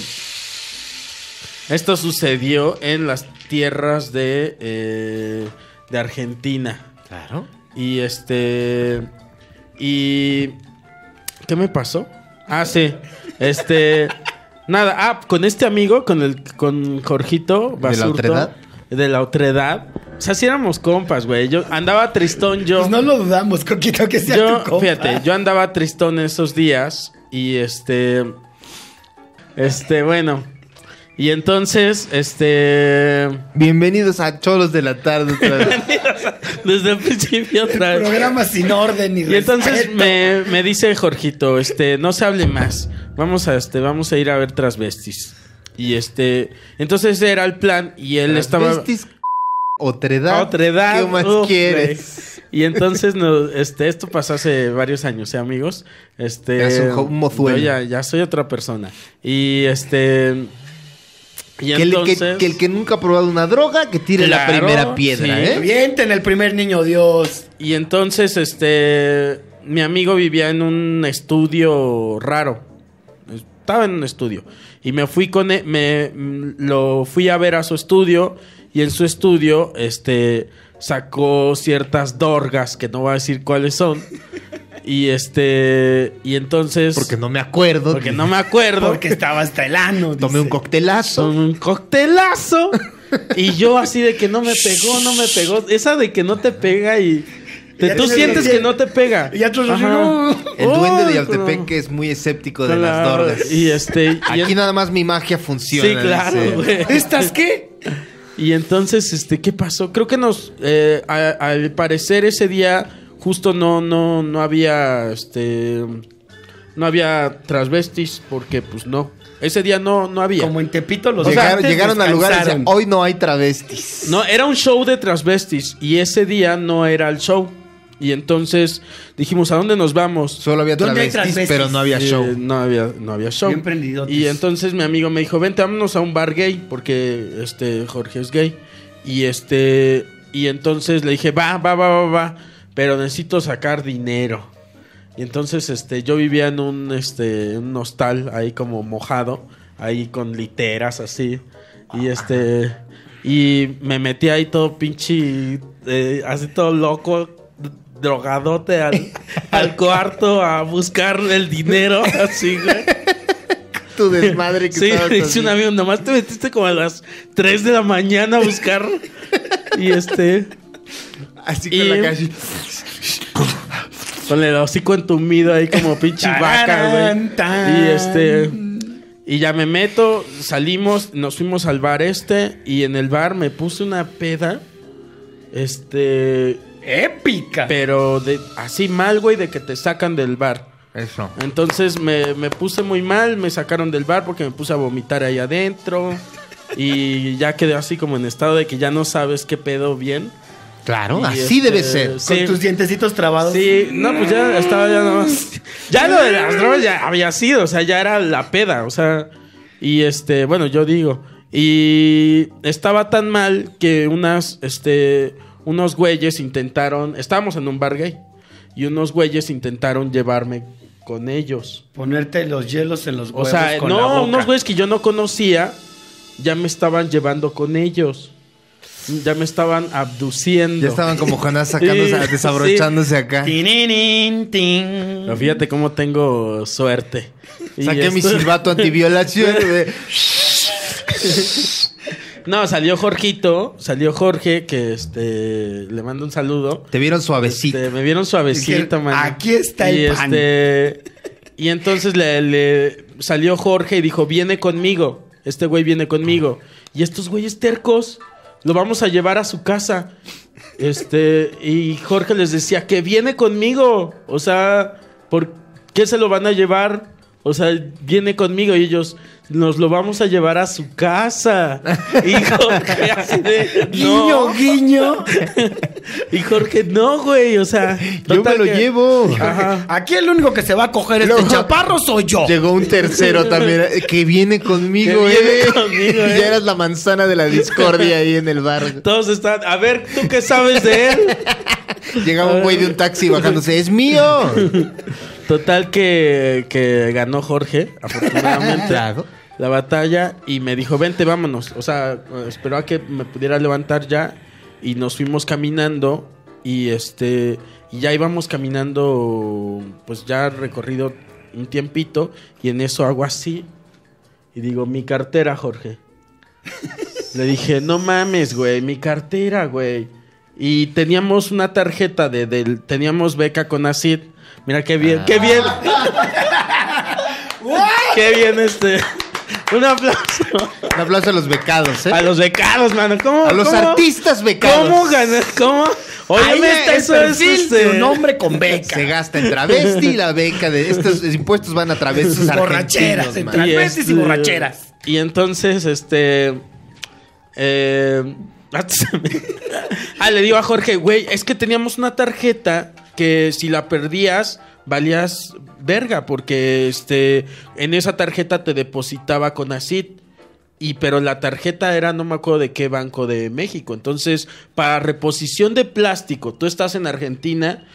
[SPEAKER 4] esto sucedió en las tierras de, eh, de Argentina.
[SPEAKER 3] Claro.
[SPEAKER 4] Y este, y, ¿qué me pasó? Ah, sí, este, nada, ah, con este amigo, con el, con Jorgito Basurto.
[SPEAKER 3] otredad?
[SPEAKER 4] De la otredad. O sea, si éramos compas, güey. Yo andaba tristón yo.
[SPEAKER 5] Pues no lo dudamos, Coquito, que sea
[SPEAKER 4] yo,
[SPEAKER 5] tu compa.
[SPEAKER 4] fíjate, yo andaba tristón esos días y este este bueno, y entonces este [LAUGHS]
[SPEAKER 3] Bienvenidos a Cholos de la Tarde. otra vez.
[SPEAKER 4] desde el principio
[SPEAKER 5] El
[SPEAKER 4] otra vez.
[SPEAKER 5] programa sin orden y
[SPEAKER 4] eh, Y entonces
[SPEAKER 5] respeto.
[SPEAKER 4] me, me dice Jorgito, este, no se hable más. Vamos a este, vamos a ir a ver transvestis. Y este, entonces ese era el plan y [LAUGHS] él estaba
[SPEAKER 3] Transvestis, c- otredad.
[SPEAKER 4] A otra edad.
[SPEAKER 3] ¿Qué más
[SPEAKER 4] Uf,
[SPEAKER 3] quieres?
[SPEAKER 4] güey. Y entonces, no, este, esto pasó hace varios años, ¿eh, amigos? Este,
[SPEAKER 3] Eras un jo- un mozuelo.
[SPEAKER 4] yo ya, ya soy otra persona. Y este... Y
[SPEAKER 3] Que el, que-
[SPEAKER 4] entonces...
[SPEAKER 3] que el que nunca ha probado una droga, que tire la
[SPEAKER 4] Claro,
[SPEAKER 3] primera piedra,
[SPEAKER 4] sí.
[SPEAKER 3] ¿eh?
[SPEAKER 5] Avienten el primer niño Dios.
[SPEAKER 4] Y entonces, este, mi amigo vivía en un estudio raro. Estaba en un estudio. Y me fui con él, me, mm, lo fui a ver a su estudio. Y en su estudio, este, sacó ciertas dorgas, que no voy a decir cuáles son. Y este. Y entonces.
[SPEAKER 3] Porque no me acuerdo.
[SPEAKER 4] porque no me
[SPEAKER 3] [LAUGHS]
[SPEAKER 4] acuerdo.
[SPEAKER 5] Porque estaba hasta el ano.
[SPEAKER 3] Tomé un
[SPEAKER 5] dice.
[SPEAKER 3] coctelazo.
[SPEAKER 4] Con un coctelazo.
[SPEAKER 5] [LAUGHS]
[SPEAKER 4] Y yo así de que no me pegó, no me pegó. Esa de que no te pega y. te-
[SPEAKER 5] Ya
[SPEAKER 4] tú
[SPEAKER 5] te-
[SPEAKER 4] sientes
[SPEAKER 5] ya-
[SPEAKER 4] que no te pega.
[SPEAKER 5] Y otros
[SPEAKER 4] Ajá.
[SPEAKER 5] no.
[SPEAKER 3] El duende de
[SPEAKER 4] Ay, pero-
[SPEAKER 3] Yaltepec que es muy escéptico de
[SPEAKER 4] Oh, Claro,
[SPEAKER 3] las drogas.
[SPEAKER 4] Y este. y
[SPEAKER 3] Aquí
[SPEAKER 4] en-
[SPEAKER 3] nada más mi magia funciona.
[SPEAKER 4] Sí, claro,
[SPEAKER 3] dice.
[SPEAKER 4] güey.
[SPEAKER 5] ¿Estas
[SPEAKER 4] [LAUGHS]
[SPEAKER 5] qué?
[SPEAKER 4] Y entonces, este, ¿qué pasó? Creo que nos, eh, a- al parecer ese día justo no, no, no había, este, no había transvestis porque, pues, no. Ese día no, no había.
[SPEAKER 5] Como en Tepito los
[SPEAKER 4] O
[SPEAKER 3] Llegaron,
[SPEAKER 4] sea,
[SPEAKER 5] antes
[SPEAKER 3] llegaron a lugares, y decían,
[SPEAKER 5] descansaron.
[SPEAKER 3] hoy no hay travestis.
[SPEAKER 4] No, era un show de transvestis y ese día no era el show. Y entonces dijimos, ¿a dónde nos vamos?
[SPEAKER 3] Solo había
[SPEAKER 5] ¿Dónde hay
[SPEAKER 3] travestis,
[SPEAKER 5] travestis?
[SPEAKER 3] pero no había
[SPEAKER 4] Eh,
[SPEAKER 3] show.
[SPEAKER 4] no había, no había show.
[SPEAKER 5] Bien prendidotes.
[SPEAKER 4] Y entonces mi amigo me dijo, vente, vámonos a un bar gay, porque este Jorge es gay. Y este. Y entonces le dije, va, va, va, va, va. Pero necesito sacar dinero. Y entonces este, yo vivía en un este. un hostal ahí como mojado. Ahí con literas así. Y este. Y me metí ahí todo pinche. eh, así todo loco. d- Drogadote al, al cuarto a buscar el dinero. Así, güey.
[SPEAKER 3] Tu desmadre que
[SPEAKER 4] [LAUGHS] Sí,
[SPEAKER 3] estabas
[SPEAKER 4] le
[SPEAKER 3] así.
[SPEAKER 4] hice un amigo, nomás te metiste como a las 3 de la mañana a buscar. y este,
[SPEAKER 3] Así
[SPEAKER 4] Y-
[SPEAKER 3] con la calle.
[SPEAKER 4] con el hocico entumido ahí como pinche vaca, güey.
[SPEAKER 5] Tararán, tan.
[SPEAKER 4] Y este, y ya me meto, salimos, nos fuimos al bar este. Y en el bar me puse una peda. Este,
[SPEAKER 5] Épica.
[SPEAKER 4] pero de, así mal, güey, de que te sacan del bar.
[SPEAKER 3] Eso.
[SPEAKER 4] Entonces me, me puse muy mal, me sacaron del bar porque me puse a vomitar ahí adentro. Y ya quedé así como en estado de que ya no sabes qué pedo bien.
[SPEAKER 3] Claro,
[SPEAKER 4] Y,
[SPEAKER 3] así
[SPEAKER 4] este,
[SPEAKER 3] debe ser.
[SPEAKER 4] sí.
[SPEAKER 5] Con tus dientecitos trabados.
[SPEAKER 4] Sí, no, pues ya estaba ya nada más. Ya lo de las drogas ya había sido, o sea, ya era la peda, o sea. Y este, bueno, yo digo. Y estaba tan mal que unas, este, unos güeyes intentaron. Estábamos en un bar gay. Y unos güeyes intentaron llevarme con ellos.
[SPEAKER 5] Ponerte los hielos en los
[SPEAKER 4] O
[SPEAKER 5] huevos
[SPEAKER 4] sea,
[SPEAKER 5] con la
[SPEAKER 4] no,
[SPEAKER 5] boca.
[SPEAKER 4] unos güeyes que yo no conocía ya me estaban llevando con ellos. Ya me estaban abduciendo.
[SPEAKER 3] Ya estaban como Jonás sacándose,
[SPEAKER 4] Sí,
[SPEAKER 3] desabrochándose acá.
[SPEAKER 5] Tinirín, tin.
[SPEAKER 4] Pero fíjate cómo tengo suerte. Y
[SPEAKER 3] Saqué mi
[SPEAKER 4] esto-
[SPEAKER 3] silbato antiviolación. güey.
[SPEAKER 4] [LAUGHS] No, salió Jorgito, salió Jorge, que este le mando un saludo.
[SPEAKER 3] Te vieron suavecito.
[SPEAKER 4] Este, me vieron suavecito,
[SPEAKER 5] Dijeron,
[SPEAKER 4] man.
[SPEAKER 5] "Aquí está el
[SPEAKER 4] y
[SPEAKER 5] pan".
[SPEAKER 4] este, y entonces le, le salió Jorge y dijo, viene conmigo. Este güey viene conmigo. Y estos güeyes tercos lo vamos a llevar a su casa. Este, y Jorge les decía, que viene conmigo. O sea, ¿por qué se lo van a llevar? O sea, viene conmigo y ellos, nos lo vamos a llevar a su
[SPEAKER 5] [LAUGHS]
[SPEAKER 4] casa. Y Jorge así de, "No".
[SPEAKER 5] Guiño, guiño.
[SPEAKER 4] Y Jorge, no, güey, o sea.
[SPEAKER 3] Yo me
[SPEAKER 4] total
[SPEAKER 3] lo
[SPEAKER 4] que-
[SPEAKER 3] llevo.
[SPEAKER 4] Ajá.
[SPEAKER 5] [LAUGHS] Aquí el único que se va a coger este
[SPEAKER 3] Luego-
[SPEAKER 5] chaparro soy yo.
[SPEAKER 3] Llegó un tercero también eh, que viene conmigo,
[SPEAKER 4] Oh. Que viene
[SPEAKER 3] eh.
[SPEAKER 4] conmigo, eh.
[SPEAKER 3] [LAUGHS] Ya eras la manzana de la discordia ahí en el bar.
[SPEAKER 4] Todos están. A ver, ¿tú qué sabes de él?
[SPEAKER 3] Llegaba un güey de un taxi bajándose. ¡Es mío!
[SPEAKER 4] Total que, que ganó Jorge, afortunadamente.
[SPEAKER 3] Claro.
[SPEAKER 4] La batalla y me dijo, vente, vámonos. O sea, esperó a que me pudiera levantar ya y nos fuimos caminando y este y ya íbamos caminando pues ya recorrido un tiempito y en eso hago así y digo, mi cartera, Jorge. Le dije, no mames, güey, mi cartera, güey. Y teníamos una tarjeta de, del- teníamos beca con ACID. Mira qué bien, qué bien. [LAUGHS] qué bien este. Un aplauso
[SPEAKER 3] Un aplauso a los becados,
[SPEAKER 4] a
[SPEAKER 3] eh.
[SPEAKER 4] los becados, mano. ¿Cómo?
[SPEAKER 3] A los
[SPEAKER 4] cómo-
[SPEAKER 3] artistas becados.
[SPEAKER 4] ¿Cómo ganar? ¿Cómo? Oye,
[SPEAKER 5] Ahí
[SPEAKER 4] neta,
[SPEAKER 5] el
[SPEAKER 4] eso es
[SPEAKER 5] perfil
[SPEAKER 4] este-
[SPEAKER 5] de un hombre con beca.
[SPEAKER 3] Se gasta en travesti y la beca de estos impuestos van a travestis
[SPEAKER 5] Borracheras,
[SPEAKER 3] argentinos,
[SPEAKER 5] en
[SPEAKER 3] man.
[SPEAKER 5] tra- Transvestis y
[SPEAKER 4] este,
[SPEAKER 5] borracheras.
[SPEAKER 4] Y entonces, este. eh, [LAUGHS] ah, le digo a Jorge, güey, es que teníamos una tarjeta que si la perdías, valías verga, porque este, en esa tarjeta te depositaba con ACID. Y pero la tarjeta era, no me acuerdo de qué banco de México. Entonces, para reposición de plástico, tú estás en Argentina,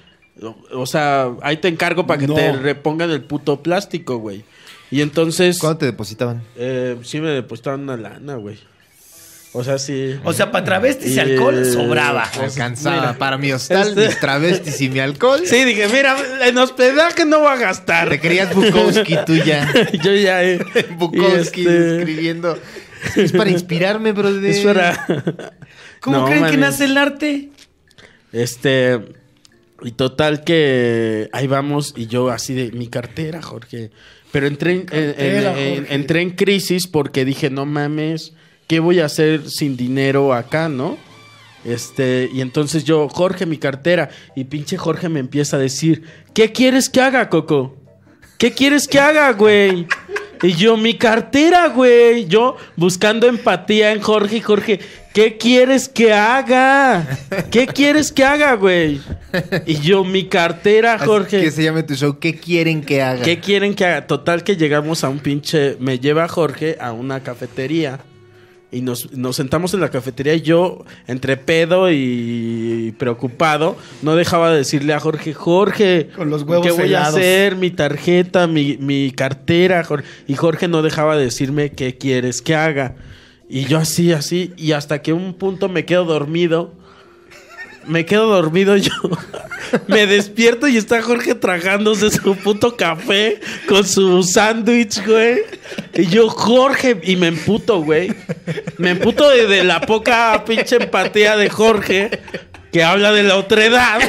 [SPEAKER 4] o, o sea, ahí te encargo para que
[SPEAKER 5] No.
[SPEAKER 4] te repongan el puto plástico, güey. Y entonces,
[SPEAKER 3] ¿Cuándo te depositaban?
[SPEAKER 4] eh, sí me depositaron una lana, güey. O sea, sí.
[SPEAKER 5] O sea, para travestis y
[SPEAKER 4] Y-
[SPEAKER 5] alcohol sobraba.
[SPEAKER 3] Alcanzada
[SPEAKER 4] Pues, Mira.
[SPEAKER 3] para mi hostal,
[SPEAKER 4] Este-
[SPEAKER 3] mis travestis y mi alcohol.
[SPEAKER 4] Sí, dije, mira, en hospedaje no voy a gastar.
[SPEAKER 3] Te querías Bukowski tú ya.
[SPEAKER 4] [LAUGHS] Yo ya. eh,
[SPEAKER 3] Bukowski
[SPEAKER 4] [LAUGHS] y este,
[SPEAKER 3] escribiendo. Es para inspirarme, brother.
[SPEAKER 4] Eso era. [LAUGHS]
[SPEAKER 5] ¿Cómo
[SPEAKER 4] No,
[SPEAKER 5] creen que
[SPEAKER 4] mames.
[SPEAKER 5] nace el arte?
[SPEAKER 4] Este. Y total que ahí vamos y yo así de mi cartera, Jorge. Pero entré en, en-
[SPEAKER 5] Cartera,
[SPEAKER 4] en- en-
[SPEAKER 5] Jorge.
[SPEAKER 4] entré en crisis porque dije, no mames, ¿qué voy a hacer sin dinero acá, no? Este, y entonces yo, Jorge, mi cartera. Y pinche Jorge me empieza a decir, ¿qué quieres que haga, Coco? ¿Qué quieres que haga, güey? Y yo, mi cartera, güey. Yo buscando empatía en Jorge y Jorge, ¿qué quieres que haga? ¿Qué quieres que haga, güey? Y yo, mi cartera,
[SPEAKER 3] Así
[SPEAKER 4] Ah, Jorge.
[SPEAKER 3] Que se llame tu show. ¿Qué quieren que haga?
[SPEAKER 4] ¿Qué quieren que haga? Total que llegamos a un pinche... Me lleva Jorge a una cafetería. Y nos, nos sentamos en la cafetería y yo, entre pedo y preocupado, no dejaba de decirle a Jorge, Jorge,
[SPEAKER 5] Con los huevos
[SPEAKER 4] ¿qué voy
[SPEAKER 5] helados".
[SPEAKER 4] a hacer? Mi tarjeta, mi, mi cartera. Jor- Y Jorge no dejaba de decirme, ¿qué quieres que haga? Y yo así, así, y hasta que un punto me quedo dormido. Me quedo dormido yo. [LAUGHS] Me despierto y está Jorge tragándose su puto café con su sándwich, güey. Y yo, Jorge, y me emputo, güey. Me emputo de, de la poca pinche empatía de Jorge, que habla de la otredad.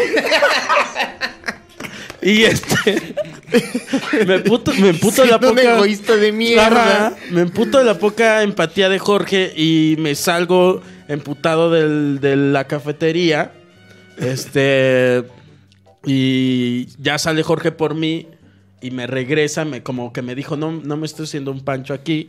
[SPEAKER 4] [LAUGHS] Y este. Me emputo, me emputo de la
[SPEAKER 3] Siendo un
[SPEAKER 4] poca.
[SPEAKER 3] egoísta de mierda.
[SPEAKER 4] Ajá. Me emputo de la poca empatía de Jorge y me salgo emputado del- de la cafetería. Este. Y ya sale Jorge por mí y me regresa, me, como que me dijo, no, no me estoy haciendo un pancho aquí.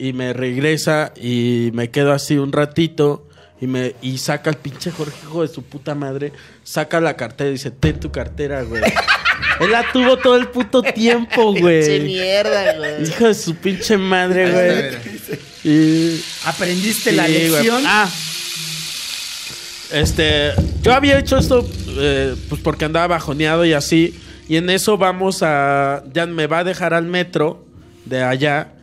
[SPEAKER 4] Y me regresa y me quedo así un ratito. Y, me, y saca el pinche Jorge, hijo de su puta madre. Saca la cartera y dice, ten tu cartera, güey. [LAUGHS] Él la tuvo todo el puto
[SPEAKER 3] [LAUGHS]
[SPEAKER 4] tiempo, güey.
[SPEAKER 3] mierda, güey.
[SPEAKER 4] Hijo de su pinche madre, güey. Y-
[SPEAKER 5] ¿Aprendiste la
[SPEAKER 4] Sí, güey.
[SPEAKER 5] lección?
[SPEAKER 4] Ah. Este, yo había hecho esto eh, pues porque andaba bajoneado y así. Y en eso vamos a. Ya me va a dejar al metro de allá.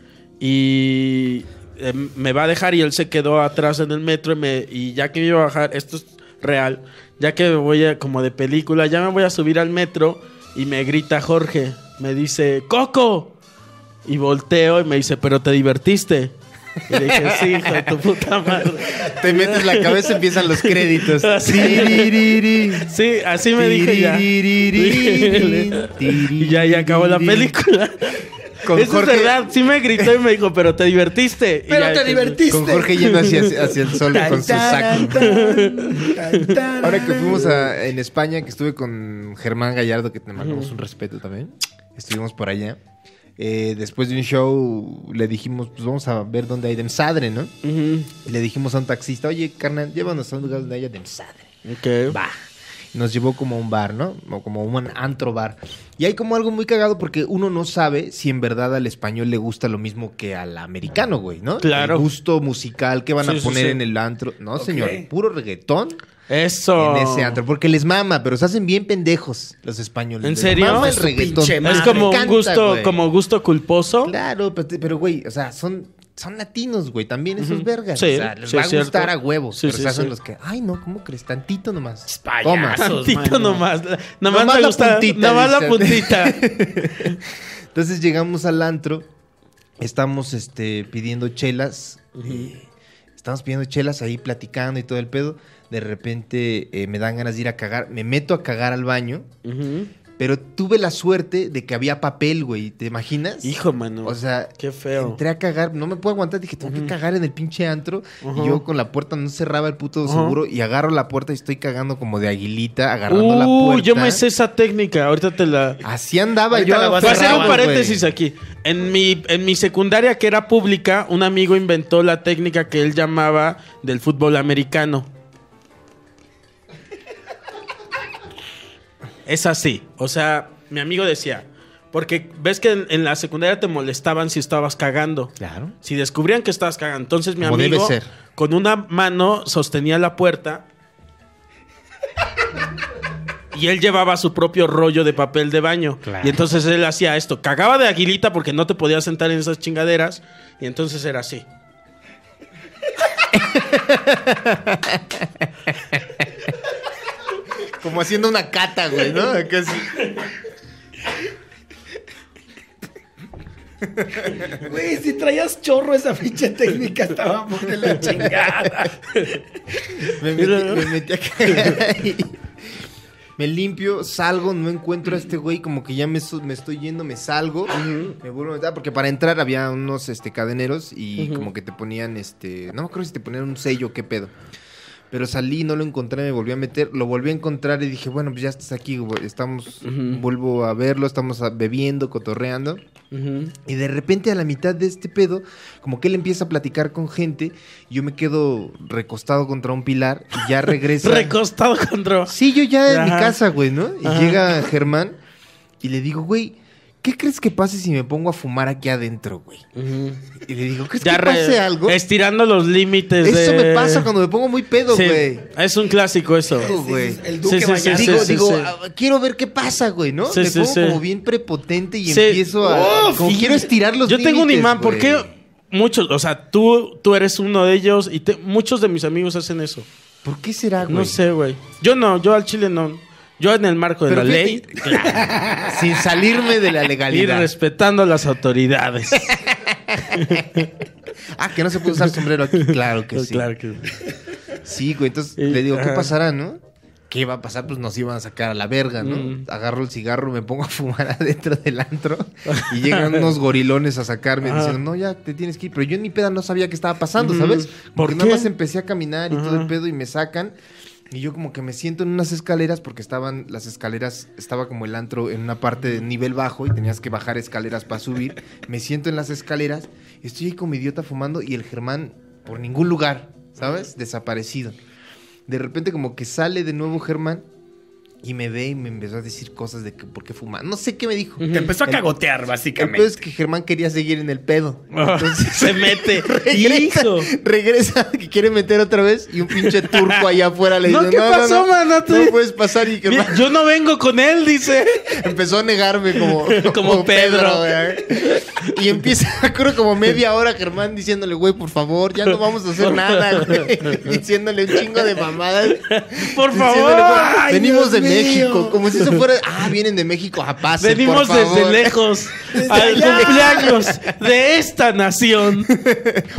[SPEAKER 4] Y eh, me va a dejar y él se quedó atrás en el metro. Y, me- y ya que me iba a bajar, esto es real. Ya que me voy a, como de película, ya me voy a subir al metro. Y me grita Jorge. Me dice: ¡Coco! Y volteo y me dice, pero te divertiste. Y le dije, sí, hijo de tu puta madre.
[SPEAKER 3] Te metes la cabeza empiezan los
[SPEAKER 4] [LAUGHS]
[SPEAKER 3] créditos.
[SPEAKER 4] Así.
[SPEAKER 3] Tiririri.
[SPEAKER 4] Sí, así me dije ya.
[SPEAKER 3] Tiririri.
[SPEAKER 4] [LAUGHS] Y ya, ya acabó la película.
[SPEAKER 3] Con
[SPEAKER 4] Eso
[SPEAKER 3] Jorge-
[SPEAKER 4] es verdad, sí me gritó y me dijo, pero te divertiste. Y
[SPEAKER 5] Pero
[SPEAKER 4] ya
[SPEAKER 5] te
[SPEAKER 4] dije,
[SPEAKER 5] divertiste.
[SPEAKER 3] Con Jorge yendo hacia, hacia el sol con su saco. Ahora que fuimos a- en España, que estuve con Germán Gallardo, que te mandamos un respeto también. Estuvimos por allá. Eh, después de un show, le dijimos, pues vamos a ver dónde hay Demsadre, ¿no?
[SPEAKER 4] "Ujú,
[SPEAKER 3] Y le dijimos a un taxista, oye, carnal, llévanos a un lugar donde haya Demsadre.
[SPEAKER 4] Ok.
[SPEAKER 3] Va. Nos llevó como a un bar, ¿no? O como un antro bar. Y hay como algo muy cagado porque uno no sabe si en verdad al español le gusta lo mismo que al americano, güey, ¿no?
[SPEAKER 4] Claro.
[SPEAKER 3] El gusto musical que van
[SPEAKER 4] Sí,
[SPEAKER 3] a
[SPEAKER 4] sí,
[SPEAKER 3] poner
[SPEAKER 4] sí.
[SPEAKER 3] en el antro. No,
[SPEAKER 5] Ok.
[SPEAKER 3] señor, puro reggaetón
[SPEAKER 4] Eso.
[SPEAKER 3] en ese antro. Porque les mama, pero se hacen bien pendejos los españoles.
[SPEAKER 4] ¿En
[SPEAKER 3] Les
[SPEAKER 4] serio?
[SPEAKER 3] mama el
[SPEAKER 4] Su
[SPEAKER 3] reggaetón.
[SPEAKER 5] pinche
[SPEAKER 4] Es
[SPEAKER 5] madre.
[SPEAKER 4] como
[SPEAKER 3] Me
[SPEAKER 4] un
[SPEAKER 3] encanta,
[SPEAKER 4] gusto,
[SPEAKER 3] güey.
[SPEAKER 4] como gusto culposo.
[SPEAKER 3] Claro, pero, te- pero, güey, o sea, son, son latinos, güey, también esos vergas.
[SPEAKER 4] Sí,
[SPEAKER 3] o sea, les
[SPEAKER 4] sí,
[SPEAKER 3] va a
[SPEAKER 4] es cierto.
[SPEAKER 3] gustar a huevos.
[SPEAKER 4] Sí,
[SPEAKER 3] pero
[SPEAKER 4] sí,
[SPEAKER 3] se hacen
[SPEAKER 4] sí.
[SPEAKER 3] los que, ay, no, ¿cómo crees? Tantito nomás. [LAUGHS]
[SPEAKER 5] Payasos,
[SPEAKER 4] Tantito
[SPEAKER 5] mano.
[SPEAKER 4] nomás. Nomás
[SPEAKER 3] Nomás
[SPEAKER 4] me
[SPEAKER 3] la
[SPEAKER 4] gusta.
[SPEAKER 3] puntita,
[SPEAKER 4] Nomás la
[SPEAKER 3] dice.
[SPEAKER 4] puntita.
[SPEAKER 3] [LAUGHS] Entonces llegamos al antro, estamos este, pidiendo chelas, eh, estamos pidiendo chelas ahí platicando y todo el pedo. De repente eh, me dan ganas de ir a cagar, me meto a cagar al baño, [LAUGHS]
[SPEAKER 4] Ujú.
[SPEAKER 3] pero tuve la suerte de que había papel, güey, ¿te imaginas?
[SPEAKER 4] Hijo, mano.
[SPEAKER 3] O sea,
[SPEAKER 4] qué feo.
[SPEAKER 3] entré a cagar, no me puedo aguantar, dije, tengo que cagar en el pinche antro.
[SPEAKER 4] Ujú.
[SPEAKER 3] Y yo con la puerta no cerraba el puto
[SPEAKER 4] Ujú.
[SPEAKER 3] seguro y agarro la puerta y estoy cagando como de aguilita, agarrando la
[SPEAKER 4] Uh,
[SPEAKER 3] puerta.
[SPEAKER 4] yo me sé esa técnica. Ahorita te la.
[SPEAKER 3] Así andaba
[SPEAKER 5] Ahorita
[SPEAKER 3] yo.
[SPEAKER 5] la vas
[SPEAKER 4] Voy a hacer un
[SPEAKER 3] aferrado, güey.
[SPEAKER 4] paréntesis aquí. En mi, en mi secundaria, que era pública, un amigo inventó la técnica que él llamaba del fútbol americano. Es así. O sea, mi amigo decía, porque ves que en, en la secundaria te molestaban si estabas cagando.
[SPEAKER 3] Claro.
[SPEAKER 4] Si descubrían que estabas cagando. Entonces mi
[SPEAKER 3] Como
[SPEAKER 4] amigo
[SPEAKER 3] debe ser.
[SPEAKER 4] con una mano sostenía la puerta y él llevaba su propio rollo de papel de baño.
[SPEAKER 3] Claro.
[SPEAKER 4] Y entonces él hacía esto. Cagaba de aguilita porque no te podías sentar en esas chingaderas. Y entonces era así.
[SPEAKER 3] Como haciendo una cata, güey,
[SPEAKER 4] [LAUGHS]
[SPEAKER 3] ¿no? Acá así.
[SPEAKER 5] Güey, si traías chorro esa pinche técnica, estaba muy de la chingada.
[SPEAKER 3] Me metí, me metí
[SPEAKER 4] [LAUGHS]
[SPEAKER 3] acá. Me limpio, salgo, no encuentro a este güey, como que ya me, so- me estoy yendo, me salgo, me vuelvo a meter, porque para entrar había unos este, cadeneros y como que te ponían, este, no me acuerdo si te ponían un sello, qué pedo. Pero salí, no lo encontré, me volví a meter, lo volví a encontrar y dije, bueno, pues ya estás aquí, güey, estamos,
[SPEAKER 4] Ujú.
[SPEAKER 3] vuelvo a verlo, estamos ah, bebiendo, cotorreando.
[SPEAKER 4] Ujú.
[SPEAKER 3] Y de repente a la mitad de este pedo, como que él empieza a platicar con gente, yo me quedo recostado contra un pilar y
[SPEAKER 4] [LAUGHS]
[SPEAKER 3] ya regresa.
[SPEAKER 4] Recostado [LAUGHS] contra.
[SPEAKER 3] sí, yo ya en mi
[SPEAKER 4] Ajá.
[SPEAKER 3] casa, güey, ¿no? Y
[SPEAKER 4] Ajá.
[SPEAKER 3] llega Germán y le digo, güey, ¿qué crees que pase si me pongo a fumar aquí adentro, güey?
[SPEAKER 4] Ujú.
[SPEAKER 3] Y le digo, ¿crees
[SPEAKER 4] Ya
[SPEAKER 3] que
[SPEAKER 4] re-
[SPEAKER 3] pase algo?
[SPEAKER 4] Estirando los límites.
[SPEAKER 3] Eso
[SPEAKER 4] de-
[SPEAKER 3] me pasa cuando me pongo muy pedo,
[SPEAKER 4] Sí,
[SPEAKER 3] güey.
[SPEAKER 4] Es un clásico eso.
[SPEAKER 3] Hijo, güey.
[SPEAKER 5] El duque
[SPEAKER 4] Sí, sí, sí,
[SPEAKER 5] Vallarta.
[SPEAKER 3] Este, digo,
[SPEAKER 4] sí,
[SPEAKER 3] digo,
[SPEAKER 4] sí.
[SPEAKER 3] "Ah, quiero ver qué pasa, güey, ¿no?
[SPEAKER 4] Sí,
[SPEAKER 3] me
[SPEAKER 4] sí,
[SPEAKER 3] pongo
[SPEAKER 4] sí.
[SPEAKER 3] como bien prepotente y
[SPEAKER 4] Sí.
[SPEAKER 3] empiezo a...
[SPEAKER 4] Oh,
[SPEAKER 3] como
[SPEAKER 4] sí.
[SPEAKER 3] quiero estirar los
[SPEAKER 4] Yo tengo un
[SPEAKER 3] límites,
[SPEAKER 4] imán, ¿por qué
[SPEAKER 3] güey.
[SPEAKER 4] muchos, o sea, tú, tú eres uno de ellos y te- muchos de mis amigos hacen eso?
[SPEAKER 3] ¿Por qué será, güey?
[SPEAKER 4] No sé, güey. Yo no, yo al chile no. Yo en el marco de
[SPEAKER 3] Pero
[SPEAKER 4] la
[SPEAKER 3] fíjate,
[SPEAKER 4] ley
[SPEAKER 3] claro, [LAUGHS] sin salirme de la
[SPEAKER 4] y [LAUGHS]
[SPEAKER 3] legalidad.
[SPEAKER 4] respetando a las autoridades.
[SPEAKER 3] Ah, que no se puede usar sombrero aquí. Claro [LAUGHS]
[SPEAKER 4] [LAUGHS]
[SPEAKER 3] que sí.
[SPEAKER 4] Claro
[SPEAKER 3] [LAUGHS]
[SPEAKER 4] que sí.
[SPEAKER 3] Sí, güey. Entonces
[SPEAKER 4] Y-
[SPEAKER 3] le digo, ¿qué
[SPEAKER 4] ajá.
[SPEAKER 3] pasará, no? ¿Qué va a pasar? Pues nos iban a sacar a la verga, ¿no?
[SPEAKER 4] Mm.
[SPEAKER 3] Agarro el cigarro, me pongo a fumar [LAUGHS] adentro del antro y
[SPEAKER 4] [LAUGHS]
[SPEAKER 3] llegan unos gorilones a sacarme
[SPEAKER 4] Ajá.
[SPEAKER 3] diciendo, no, ya te tienes que ir. Pero yo en mi peda no sabía qué estaba pasando,
[SPEAKER 4] Mm.
[SPEAKER 3] ¿sabes?
[SPEAKER 4] ¿Por
[SPEAKER 3] Porque nada
[SPEAKER 4] qué?
[SPEAKER 3] más empecé a caminar y todo
[SPEAKER 4] Ajá.
[SPEAKER 3] el pedo y me sacan. Y yo como que me siento en unas escaleras porque estaban las escaleras, estaba como el antro en una parte de nivel bajo y tenías que bajar escaleras para subir. Me siento en las escaleras, estoy ahí como idiota fumando y el Germán por ningún lugar, ¿sabes? Desaparecido. De repente como que sale de nuevo Germán y me ve y me empezó a decir cosas de que por qué fuma. No sé qué me dijo.
[SPEAKER 4] Ujú.
[SPEAKER 5] Te empezó a
[SPEAKER 3] El-
[SPEAKER 5] cagotear,
[SPEAKER 3] El
[SPEAKER 5] básicamente.
[SPEAKER 3] pedo es que Germán quería seguir en el
[SPEAKER 4] [LAUGHS]
[SPEAKER 3] pedo.
[SPEAKER 4] Ah, se mete.
[SPEAKER 3] [LAUGHS] Regresa,
[SPEAKER 4] Hijo.
[SPEAKER 3] regresa, que quiere meter otra vez y un pinche turco allá afuera le
[SPEAKER 4] No,
[SPEAKER 3] dice,
[SPEAKER 4] ¿qué pasó, man? No te-
[SPEAKER 3] puedes pasar y que
[SPEAKER 4] Mira, yo no vengo con él,
[SPEAKER 3] [LAUGHS]
[SPEAKER 4] dice.
[SPEAKER 3] empezó a negarme como,
[SPEAKER 4] [LAUGHS] Como Pedro.
[SPEAKER 3] güey. y empieza, [LAUGHS] creo como media hora Germán diciéndole, güey, por favor, ya no vamos a hacer nada, güey. [LAUGHS] Diciéndole un chingo de mamadas.
[SPEAKER 4] Por favor.
[SPEAKER 3] Diciéndole, güey,
[SPEAKER 4] Ay,
[SPEAKER 3] venimos
[SPEAKER 4] Dios
[SPEAKER 3] de
[SPEAKER 4] mío.
[SPEAKER 3] México, como si eso fuera, ah, vienen de México, a paz.
[SPEAKER 4] Venimos desde lejos al
[SPEAKER 3] allá. [LAUGHS]
[SPEAKER 4] cumpleaños de esta nación.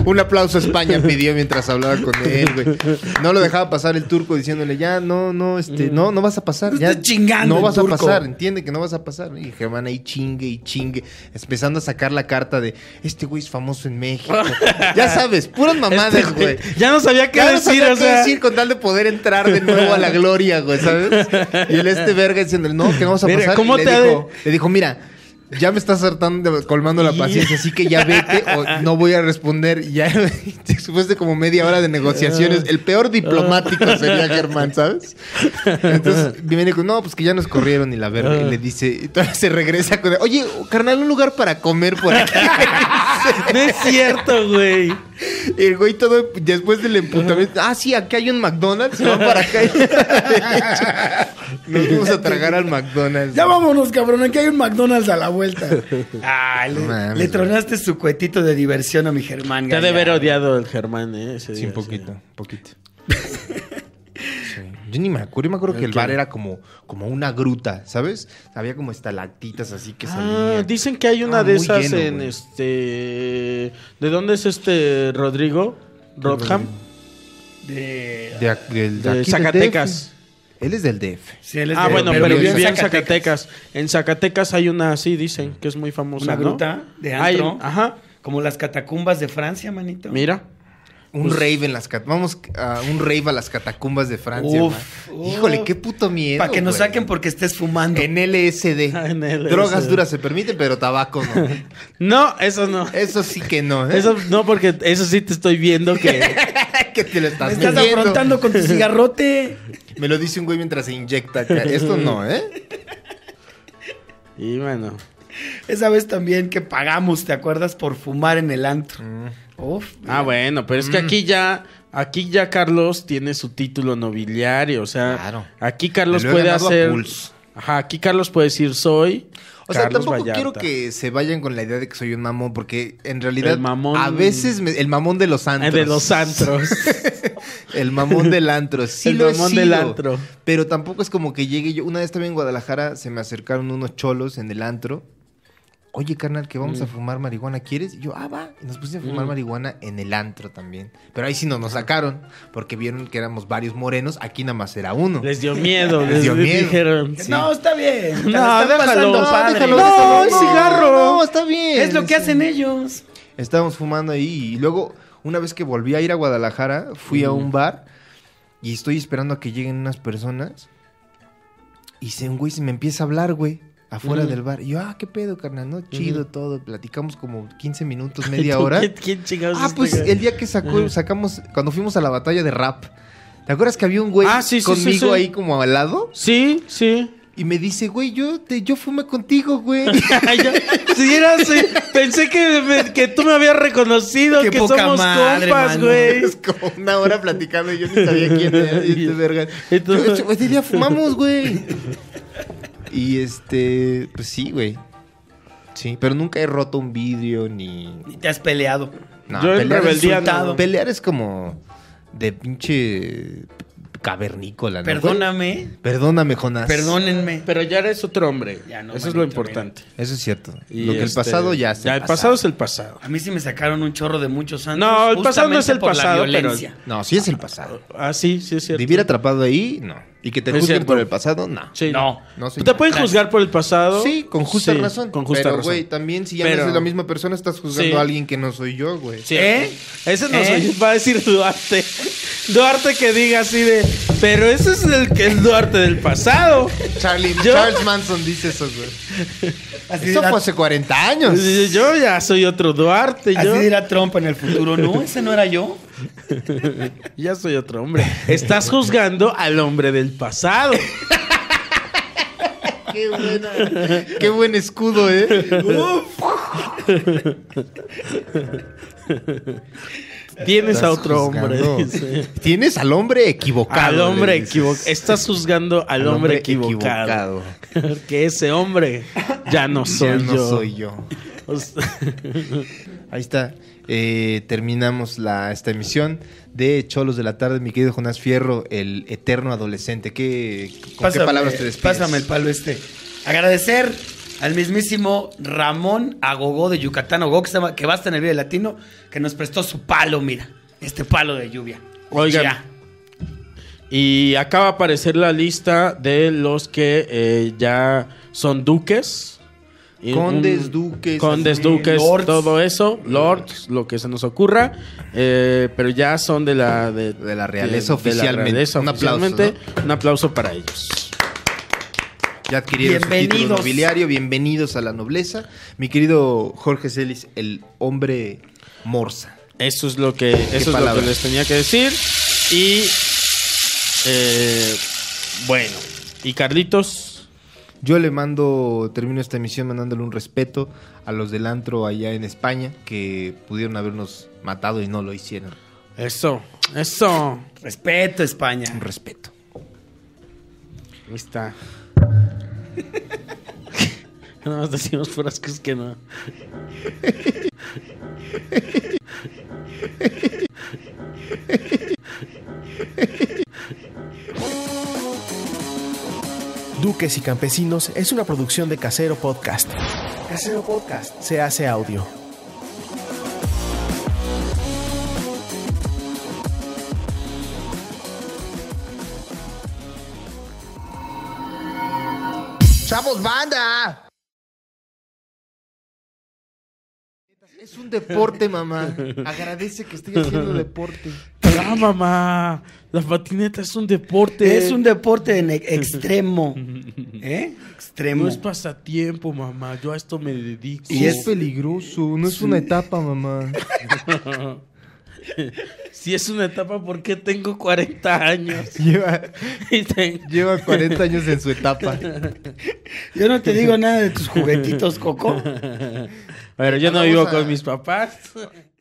[SPEAKER 3] Un aplauso a España pidió mientras hablaba con él, güey. No lo dejaba pasar el turco diciéndole, ya, no, no, este, no, no vas a pasar.
[SPEAKER 5] No
[SPEAKER 3] ya,
[SPEAKER 5] estés Mm. chingando
[SPEAKER 3] No
[SPEAKER 5] el
[SPEAKER 3] vas a
[SPEAKER 5] turco.
[SPEAKER 3] pasar, entiende que no vas a pasar. Y Germán ahí chingue y chingue, empezando a sacar la carta de, este güey es famoso en
[SPEAKER 5] [LAUGHS]
[SPEAKER 3] México. ya sabes, puras mamadas,
[SPEAKER 4] Este,
[SPEAKER 3] güey.
[SPEAKER 4] ya no sabía qué
[SPEAKER 3] Ya no
[SPEAKER 4] decir,
[SPEAKER 3] sabía
[SPEAKER 4] o
[SPEAKER 3] qué
[SPEAKER 4] sea.
[SPEAKER 3] decir con tal de poder entrar de nuevo a la gloria, güey, ¿sabes? Y el este verga diciéndole, no, que no vamos a
[SPEAKER 4] Mira,
[SPEAKER 3] pasar. Y
[SPEAKER 4] ¿cómo
[SPEAKER 3] le,
[SPEAKER 4] te ha de-
[SPEAKER 3] dijo, le dijo, mira, ya me estás hartando, colmando la
[SPEAKER 4] Y-
[SPEAKER 3] paciencia, así que ya vete o no voy a responder. Y ya [LAUGHS] después de como media hora de negociaciones, el peor diplomático sería Germán, ¿sabes? Entonces viene con, no, pues que ya nos corrieron y la verga. Y le dice, y todavía se regresa con, oye, carnal, un lugar para comer por aquí.
[SPEAKER 4] [LAUGHS] No es cierto, güey.
[SPEAKER 3] Y el güey todo después del emputamiento. Ah, sí, aquí hay un McDonald's. Se va para acá. [LAUGHS] Nos vamos a tragar al McDonald's.
[SPEAKER 6] Ya vámonos, cabrón. Aquí hay un McDonald's a la vuelta.
[SPEAKER 5] [LAUGHS] Ah, le,
[SPEAKER 3] No mames,
[SPEAKER 5] le tronaste su cuetito de diversión a mi Germán.
[SPEAKER 4] Te ha de haber
[SPEAKER 5] Gallardo.
[SPEAKER 4] odiado el Germán, ¿eh? Ese
[SPEAKER 3] Sí,
[SPEAKER 4] día,
[SPEAKER 3] un poquito, un poquito. Sí. Yo ni me acuerdo, yo me acuerdo que el bar era como, como una gruta, ¿sabes? Había como estalactitas así que
[SPEAKER 4] Ah,
[SPEAKER 3] salían.
[SPEAKER 4] dicen que hay una
[SPEAKER 3] Ah,
[SPEAKER 4] de
[SPEAKER 3] muy
[SPEAKER 4] esas
[SPEAKER 3] lleno,
[SPEAKER 4] en
[SPEAKER 3] güey.
[SPEAKER 4] este. ¿De dónde es este Rodrigo? Rodham.
[SPEAKER 5] De-
[SPEAKER 3] De, ac- del-
[SPEAKER 4] De
[SPEAKER 3] aquí del
[SPEAKER 4] Zacatecas.
[SPEAKER 3] DF. Él es del DF.
[SPEAKER 5] Sí, él es
[SPEAKER 4] Ah,
[SPEAKER 5] de-
[SPEAKER 4] bueno, pero
[SPEAKER 3] vive en
[SPEAKER 4] vivía en Zacatecas. En Zacatecas hay una así, dicen, que es muy famosa.
[SPEAKER 5] Una
[SPEAKER 4] ¿no?
[SPEAKER 5] gruta de
[SPEAKER 4] Hay-
[SPEAKER 5] antro.
[SPEAKER 4] ajá.
[SPEAKER 5] Como las catacumbas de Francia, manito.
[SPEAKER 4] Mira.
[SPEAKER 3] Un rave en las cat- Vamos a un rave a las catacumbas de Francia.
[SPEAKER 5] Uf,
[SPEAKER 3] man.
[SPEAKER 5] uf.
[SPEAKER 3] Híjole, qué puto miedo.
[SPEAKER 5] Para que nos
[SPEAKER 3] güey.
[SPEAKER 5] saquen porque estés fumando.
[SPEAKER 3] En LSD.
[SPEAKER 4] [LAUGHS] En LSD.
[SPEAKER 3] Drogas duras se permiten, pero tabaco
[SPEAKER 4] [LAUGHS]
[SPEAKER 3] no.
[SPEAKER 4] No,
[SPEAKER 3] [LAUGHS]
[SPEAKER 4] eso no.
[SPEAKER 3] Eso sí que no, ¿eh?
[SPEAKER 4] Eso no, porque eso sí te estoy viendo que.
[SPEAKER 3] [LAUGHS] que te lo estás,
[SPEAKER 5] Me estás
[SPEAKER 3] metiendo.
[SPEAKER 5] afrontando con tu cigarrote. [LAUGHS]
[SPEAKER 3] Me lo dice un güey mientras se inyecta. acá. Esto no, ¿eh?
[SPEAKER 4] Y bueno.
[SPEAKER 5] Esa vez también que pagamos, ¿te acuerdas? Por fumar en el antro.
[SPEAKER 6] Mm.
[SPEAKER 5] Uf.
[SPEAKER 4] Ah, bueno, pero es que
[SPEAKER 3] Mm.
[SPEAKER 4] aquí ya, aquí ya Carlos tiene su título nobiliario, o sea,
[SPEAKER 3] Claro.
[SPEAKER 4] aquí Carlos
[SPEAKER 3] Me lo he
[SPEAKER 4] puede
[SPEAKER 3] ganado a
[SPEAKER 4] hacer,
[SPEAKER 3] pulso.
[SPEAKER 4] ajá, aquí Carlos puede decir soy
[SPEAKER 3] O sea,
[SPEAKER 4] Carlos
[SPEAKER 3] tampoco
[SPEAKER 4] Vallarta.
[SPEAKER 3] quiero que se vayan con la idea de que soy un mamón, porque en realidad
[SPEAKER 4] El mamón-
[SPEAKER 3] a veces me- el mamón de los antros.
[SPEAKER 4] Eh, De los antros.
[SPEAKER 3] El mamón
[SPEAKER 4] [LAUGHS]
[SPEAKER 3] del antro, [LAUGHS] sí
[SPEAKER 4] El
[SPEAKER 3] lo he
[SPEAKER 4] mamón del
[SPEAKER 3] sido,
[SPEAKER 4] antro.
[SPEAKER 3] Pero tampoco es como que llegue yo. Una vez también en Guadalajara se me acercaron unos cholos en el antro. Oye, carnal, que
[SPEAKER 5] Mm.
[SPEAKER 3] vamos a fumar marihuana, ¿quieres? Y yo, ah, va. Y nos pusimos a fumar marihuana en el antro también. Pero ahí sí no nos sacaron, porque vieron que éramos varios morenos. Aquí nada más era uno.
[SPEAKER 4] Les dio miedo.
[SPEAKER 3] Les
[SPEAKER 4] Les,
[SPEAKER 3] dio miedo.
[SPEAKER 4] dijeron.
[SPEAKER 5] No, está bien. te la
[SPEAKER 4] No,
[SPEAKER 5] están
[SPEAKER 4] déjalo,
[SPEAKER 5] pasando Ah, padre.
[SPEAKER 4] déjalo,
[SPEAKER 5] No,
[SPEAKER 4] déjalo.
[SPEAKER 5] es cigarro.
[SPEAKER 3] No, está bien.
[SPEAKER 5] Es lo que hacen ellos.
[SPEAKER 3] Estábamos fumando ahí y luego, una vez que volví a ir a Guadalajara, fui a un bar y estoy esperando a que lleguen unas personas. Y se, un güey se me empieza a hablar, güey, afuera del bar. Y yo, ah, qué pedo, carnal, ¿no? Chido todo. Platicamos como 15
[SPEAKER 4] [LAUGHS]
[SPEAKER 3] minutos, media hora.
[SPEAKER 4] ¿Quién, quién chingados
[SPEAKER 3] ah,
[SPEAKER 4] es
[SPEAKER 3] pues
[SPEAKER 4] este
[SPEAKER 3] el día que sacó, sacamos, cuando fuimos a la batalla de rap, ¿te acuerdas que había un güey
[SPEAKER 4] Ah, sí, sí, sí,
[SPEAKER 3] conmigo
[SPEAKER 4] sí.
[SPEAKER 3] ahí como al lado?
[SPEAKER 4] Sí,
[SPEAKER 3] [LAUGHS]
[SPEAKER 4] sí.
[SPEAKER 3] Y me dice, güey, yo, te, yo fumé contigo,
[SPEAKER 4] [LAUGHS]
[SPEAKER 3] güey.
[SPEAKER 4] Ay, yo- sí, era así. Pensé que, me- que tú me habías reconocido,
[SPEAKER 5] Qué
[SPEAKER 4] que
[SPEAKER 5] poca
[SPEAKER 4] somos
[SPEAKER 5] madre,
[SPEAKER 4] compas,
[SPEAKER 5] mano.
[SPEAKER 4] güey.
[SPEAKER 3] Es como una hora platicando y yo ni sabía quién era y este verga.
[SPEAKER 4] Entonces-
[SPEAKER 3] Yo, yo, ese día fumamos, güey. Y este, pues sí, güey. Sí, pero nunca he roto un vidrio ni.
[SPEAKER 5] Y te has peleado.
[SPEAKER 3] No,
[SPEAKER 4] Yo en
[SPEAKER 3] pelear es-
[SPEAKER 4] rebeldía
[SPEAKER 5] no.
[SPEAKER 3] Pelear es como de pinche cavernícola, ¿no? güey?
[SPEAKER 5] Perdóname.
[SPEAKER 3] Perdóname,
[SPEAKER 6] pues,
[SPEAKER 3] Jonás.
[SPEAKER 5] Perdónenme.
[SPEAKER 4] Pero ya eres otro hombre.
[SPEAKER 5] Ya no,
[SPEAKER 4] Eso es lo
[SPEAKER 5] manito,
[SPEAKER 4] importante.
[SPEAKER 3] Eso es cierto.
[SPEAKER 4] Y
[SPEAKER 3] Lo que el
[SPEAKER 4] este-
[SPEAKER 3] pasado ya se.
[SPEAKER 4] Ya, el pasado es el pasado.
[SPEAKER 5] A mí sí me sacaron un chorro de muchos años.
[SPEAKER 4] No, el pasado no es
[SPEAKER 5] justamente
[SPEAKER 4] el
[SPEAKER 5] por la
[SPEAKER 4] pasado, pero-
[SPEAKER 5] violencia.
[SPEAKER 3] No, sí es el pasado.
[SPEAKER 4] Ah, sí, sí es cierto.
[SPEAKER 3] Vivir atrapado ahí, no. Y que te
[SPEAKER 4] Es
[SPEAKER 3] juzguen
[SPEAKER 4] cierto.
[SPEAKER 3] por el pasado, no.
[SPEAKER 4] Sí. Pues
[SPEAKER 5] No,
[SPEAKER 3] no, señor.
[SPEAKER 4] Te pueden juzgar por el pasado.
[SPEAKER 3] Sí, con justa
[SPEAKER 4] Sí,
[SPEAKER 3] razón.
[SPEAKER 4] Con justa
[SPEAKER 3] Pero,
[SPEAKER 4] razón.
[SPEAKER 3] güey, también si ya
[SPEAKER 4] Pero-
[SPEAKER 3] no es la misma persona, estás juzgando
[SPEAKER 4] Sí.
[SPEAKER 3] a alguien que no soy yo, güey.
[SPEAKER 5] ¿Eh?
[SPEAKER 4] Ese no
[SPEAKER 5] ¿Eh?
[SPEAKER 4] soy- va a decir Duarte. Duarte que diga así de. Pero ese es el que es Duarte del pasado.
[SPEAKER 3] Charlie,
[SPEAKER 4] Yo-
[SPEAKER 3] Charles Manson dice eso, güey.
[SPEAKER 5] Así,
[SPEAKER 3] Eso
[SPEAKER 5] dirá,
[SPEAKER 3] fue hace 40 años.
[SPEAKER 4] Pues Yo ya soy otro Duarte.
[SPEAKER 5] así
[SPEAKER 4] Yo
[SPEAKER 5] dirá Trump en el futuro. [LAUGHS] No, ese no era yo.
[SPEAKER 4] ya soy otro hombre. Estás juzgando al hombre del pasado.
[SPEAKER 3] Qué, buena- qué buen escudo,
[SPEAKER 4] [LAUGHS]
[SPEAKER 3] ¿eh?
[SPEAKER 4] Tienes a
[SPEAKER 3] Estás
[SPEAKER 4] otro
[SPEAKER 3] juzgando.
[SPEAKER 4] hombre. dice.
[SPEAKER 3] Tienes al hombre equivocado.
[SPEAKER 4] Al hombre
[SPEAKER 3] le dices.
[SPEAKER 4] equivocado. Estás juzgando al,
[SPEAKER 3] Al
[SPEAKER 4] hombre,
[SPEAKER 3] hombre
[SPEAKER 4] equivocado. [LAUGHS] que ese hombre ya no
[SPEAKER 3] Ya
[SPEAKER 4] soy
[SPEAKER 3] no
[SPEAKER 4] yo.
[SPEAKER 3] soy yo.
[SPEAKER 4] [LAUGHS] O sea,
[SPEAKER 3] Ahí está. Eh, terminamos la, esta emisión de Cholos de la Tarde. Mi querido Jonás Fierro, el eterno adolescente. ¿Qué, ¿Con qué palabras te despides?
[SPEAKER 5] Pásame el palo este. Agradecer al mismísimo Ramón Agogó de Yucatán, Agogó, que, estaba- que va a estar en el video latino, que nos prestó su palo, mira. Este palo de lluvia.
[SPEAKER 4] Oigan.
[SPEAKER 5] Ya.
[SPEAKER 4] y acaba de aparecer la lista de los que eh, ya son duques. Y
[SPEAKER 3] Condes, duques,
[SPEAKER 4] Condes,
[SPEAKER 3] así,
[SPEAKER 4] duques,
[SPEAKER 5] lords.
[SPEAKER 4] todo eso. Lords, lo que se nos ocurra. eh, pero ya son de la... De,
[SPEAKER 3] De la
[SPEAKER 4] de- de
[SPEAKER 3] realeza
[SPEAKER 4] la
[SPEAKER 3] oficialmente.
[SPEAKER 4] realeza
[SPEAKER 3] Un aplauso,
[SPEAKER 4] oficialmente.
[SPEAKER 3] ¿no?
[SPEAKER 4] Un aplauso para ellos.
[SPEAKER 3] Ya adquirieron su
[SPEAKER 5] Bienvenidos.
[SPEAKER 3] título nobiliario, bienvenidos a la nobleza. Mi querido Jorge Celis, el hombre morsa.
[SPEAKER 4] Eso es lo que, eso es lo que
[SPEAKER 3] palabras.
[SPEAKER 4] les tenía que decir. Y eh, bueno, y Carlitos,
[SPEAKER 3] Yo le mando, termino esta emisión mandándole un respeto a los del antro allá en España que pudieron habernos matado y no lo hicieron.
[SPEAKER 4] eso, eso.
[SPEAKER 5] Respeto, España.
[SPEAKER 3] Un respeto.
[SPEAKER 4] Ahí está. [LAUGHS] Nada más decimos frascos que no.
[SPEAKER 7] Duques y Campesinos es una producción de Casero Podcast. Casero Podcast se hace audio.
[SPEAKER 1] ¡Chavos, banda!
[SPEAKER 3] Es un deporte, mamá. Agradece que estoy haciendo deporte.
[SPEAKER 4] Ya, ah, mamá. La patineta es un deporte.
[SPEAKER 5] Es un deporte
[SPEAKER 4] [LAUGHS]
[SPEAKER 5] en e- extremo. ¿Eh? Extremo.
[SPEAKER 4] No es pasatiempo, mamá. Yo a esto me dedico.
[SPEAKER 5] Y es-
[SPEAKER 3] peligroso, no es una etapa, mamá.
[SPEAKER 4] Si es una etapa, ¿por qué tengo 40 años? [LAUGHS]
[SPEAKER 3] Lleva,
[SPEAKER 4] Y tengo-
[SPEAKER 3] lleva 40 años en su etapa.
[SPEAKER 5] Yo no te digo nada de tus juguetitos, Coco.
[SPEAKER 4] Pero yo no
[SPEAKER 3] Vamos
[SPEAKER 4] vivo
[SPEAKER 3] a-
[SPEAKER 4] con mis papás.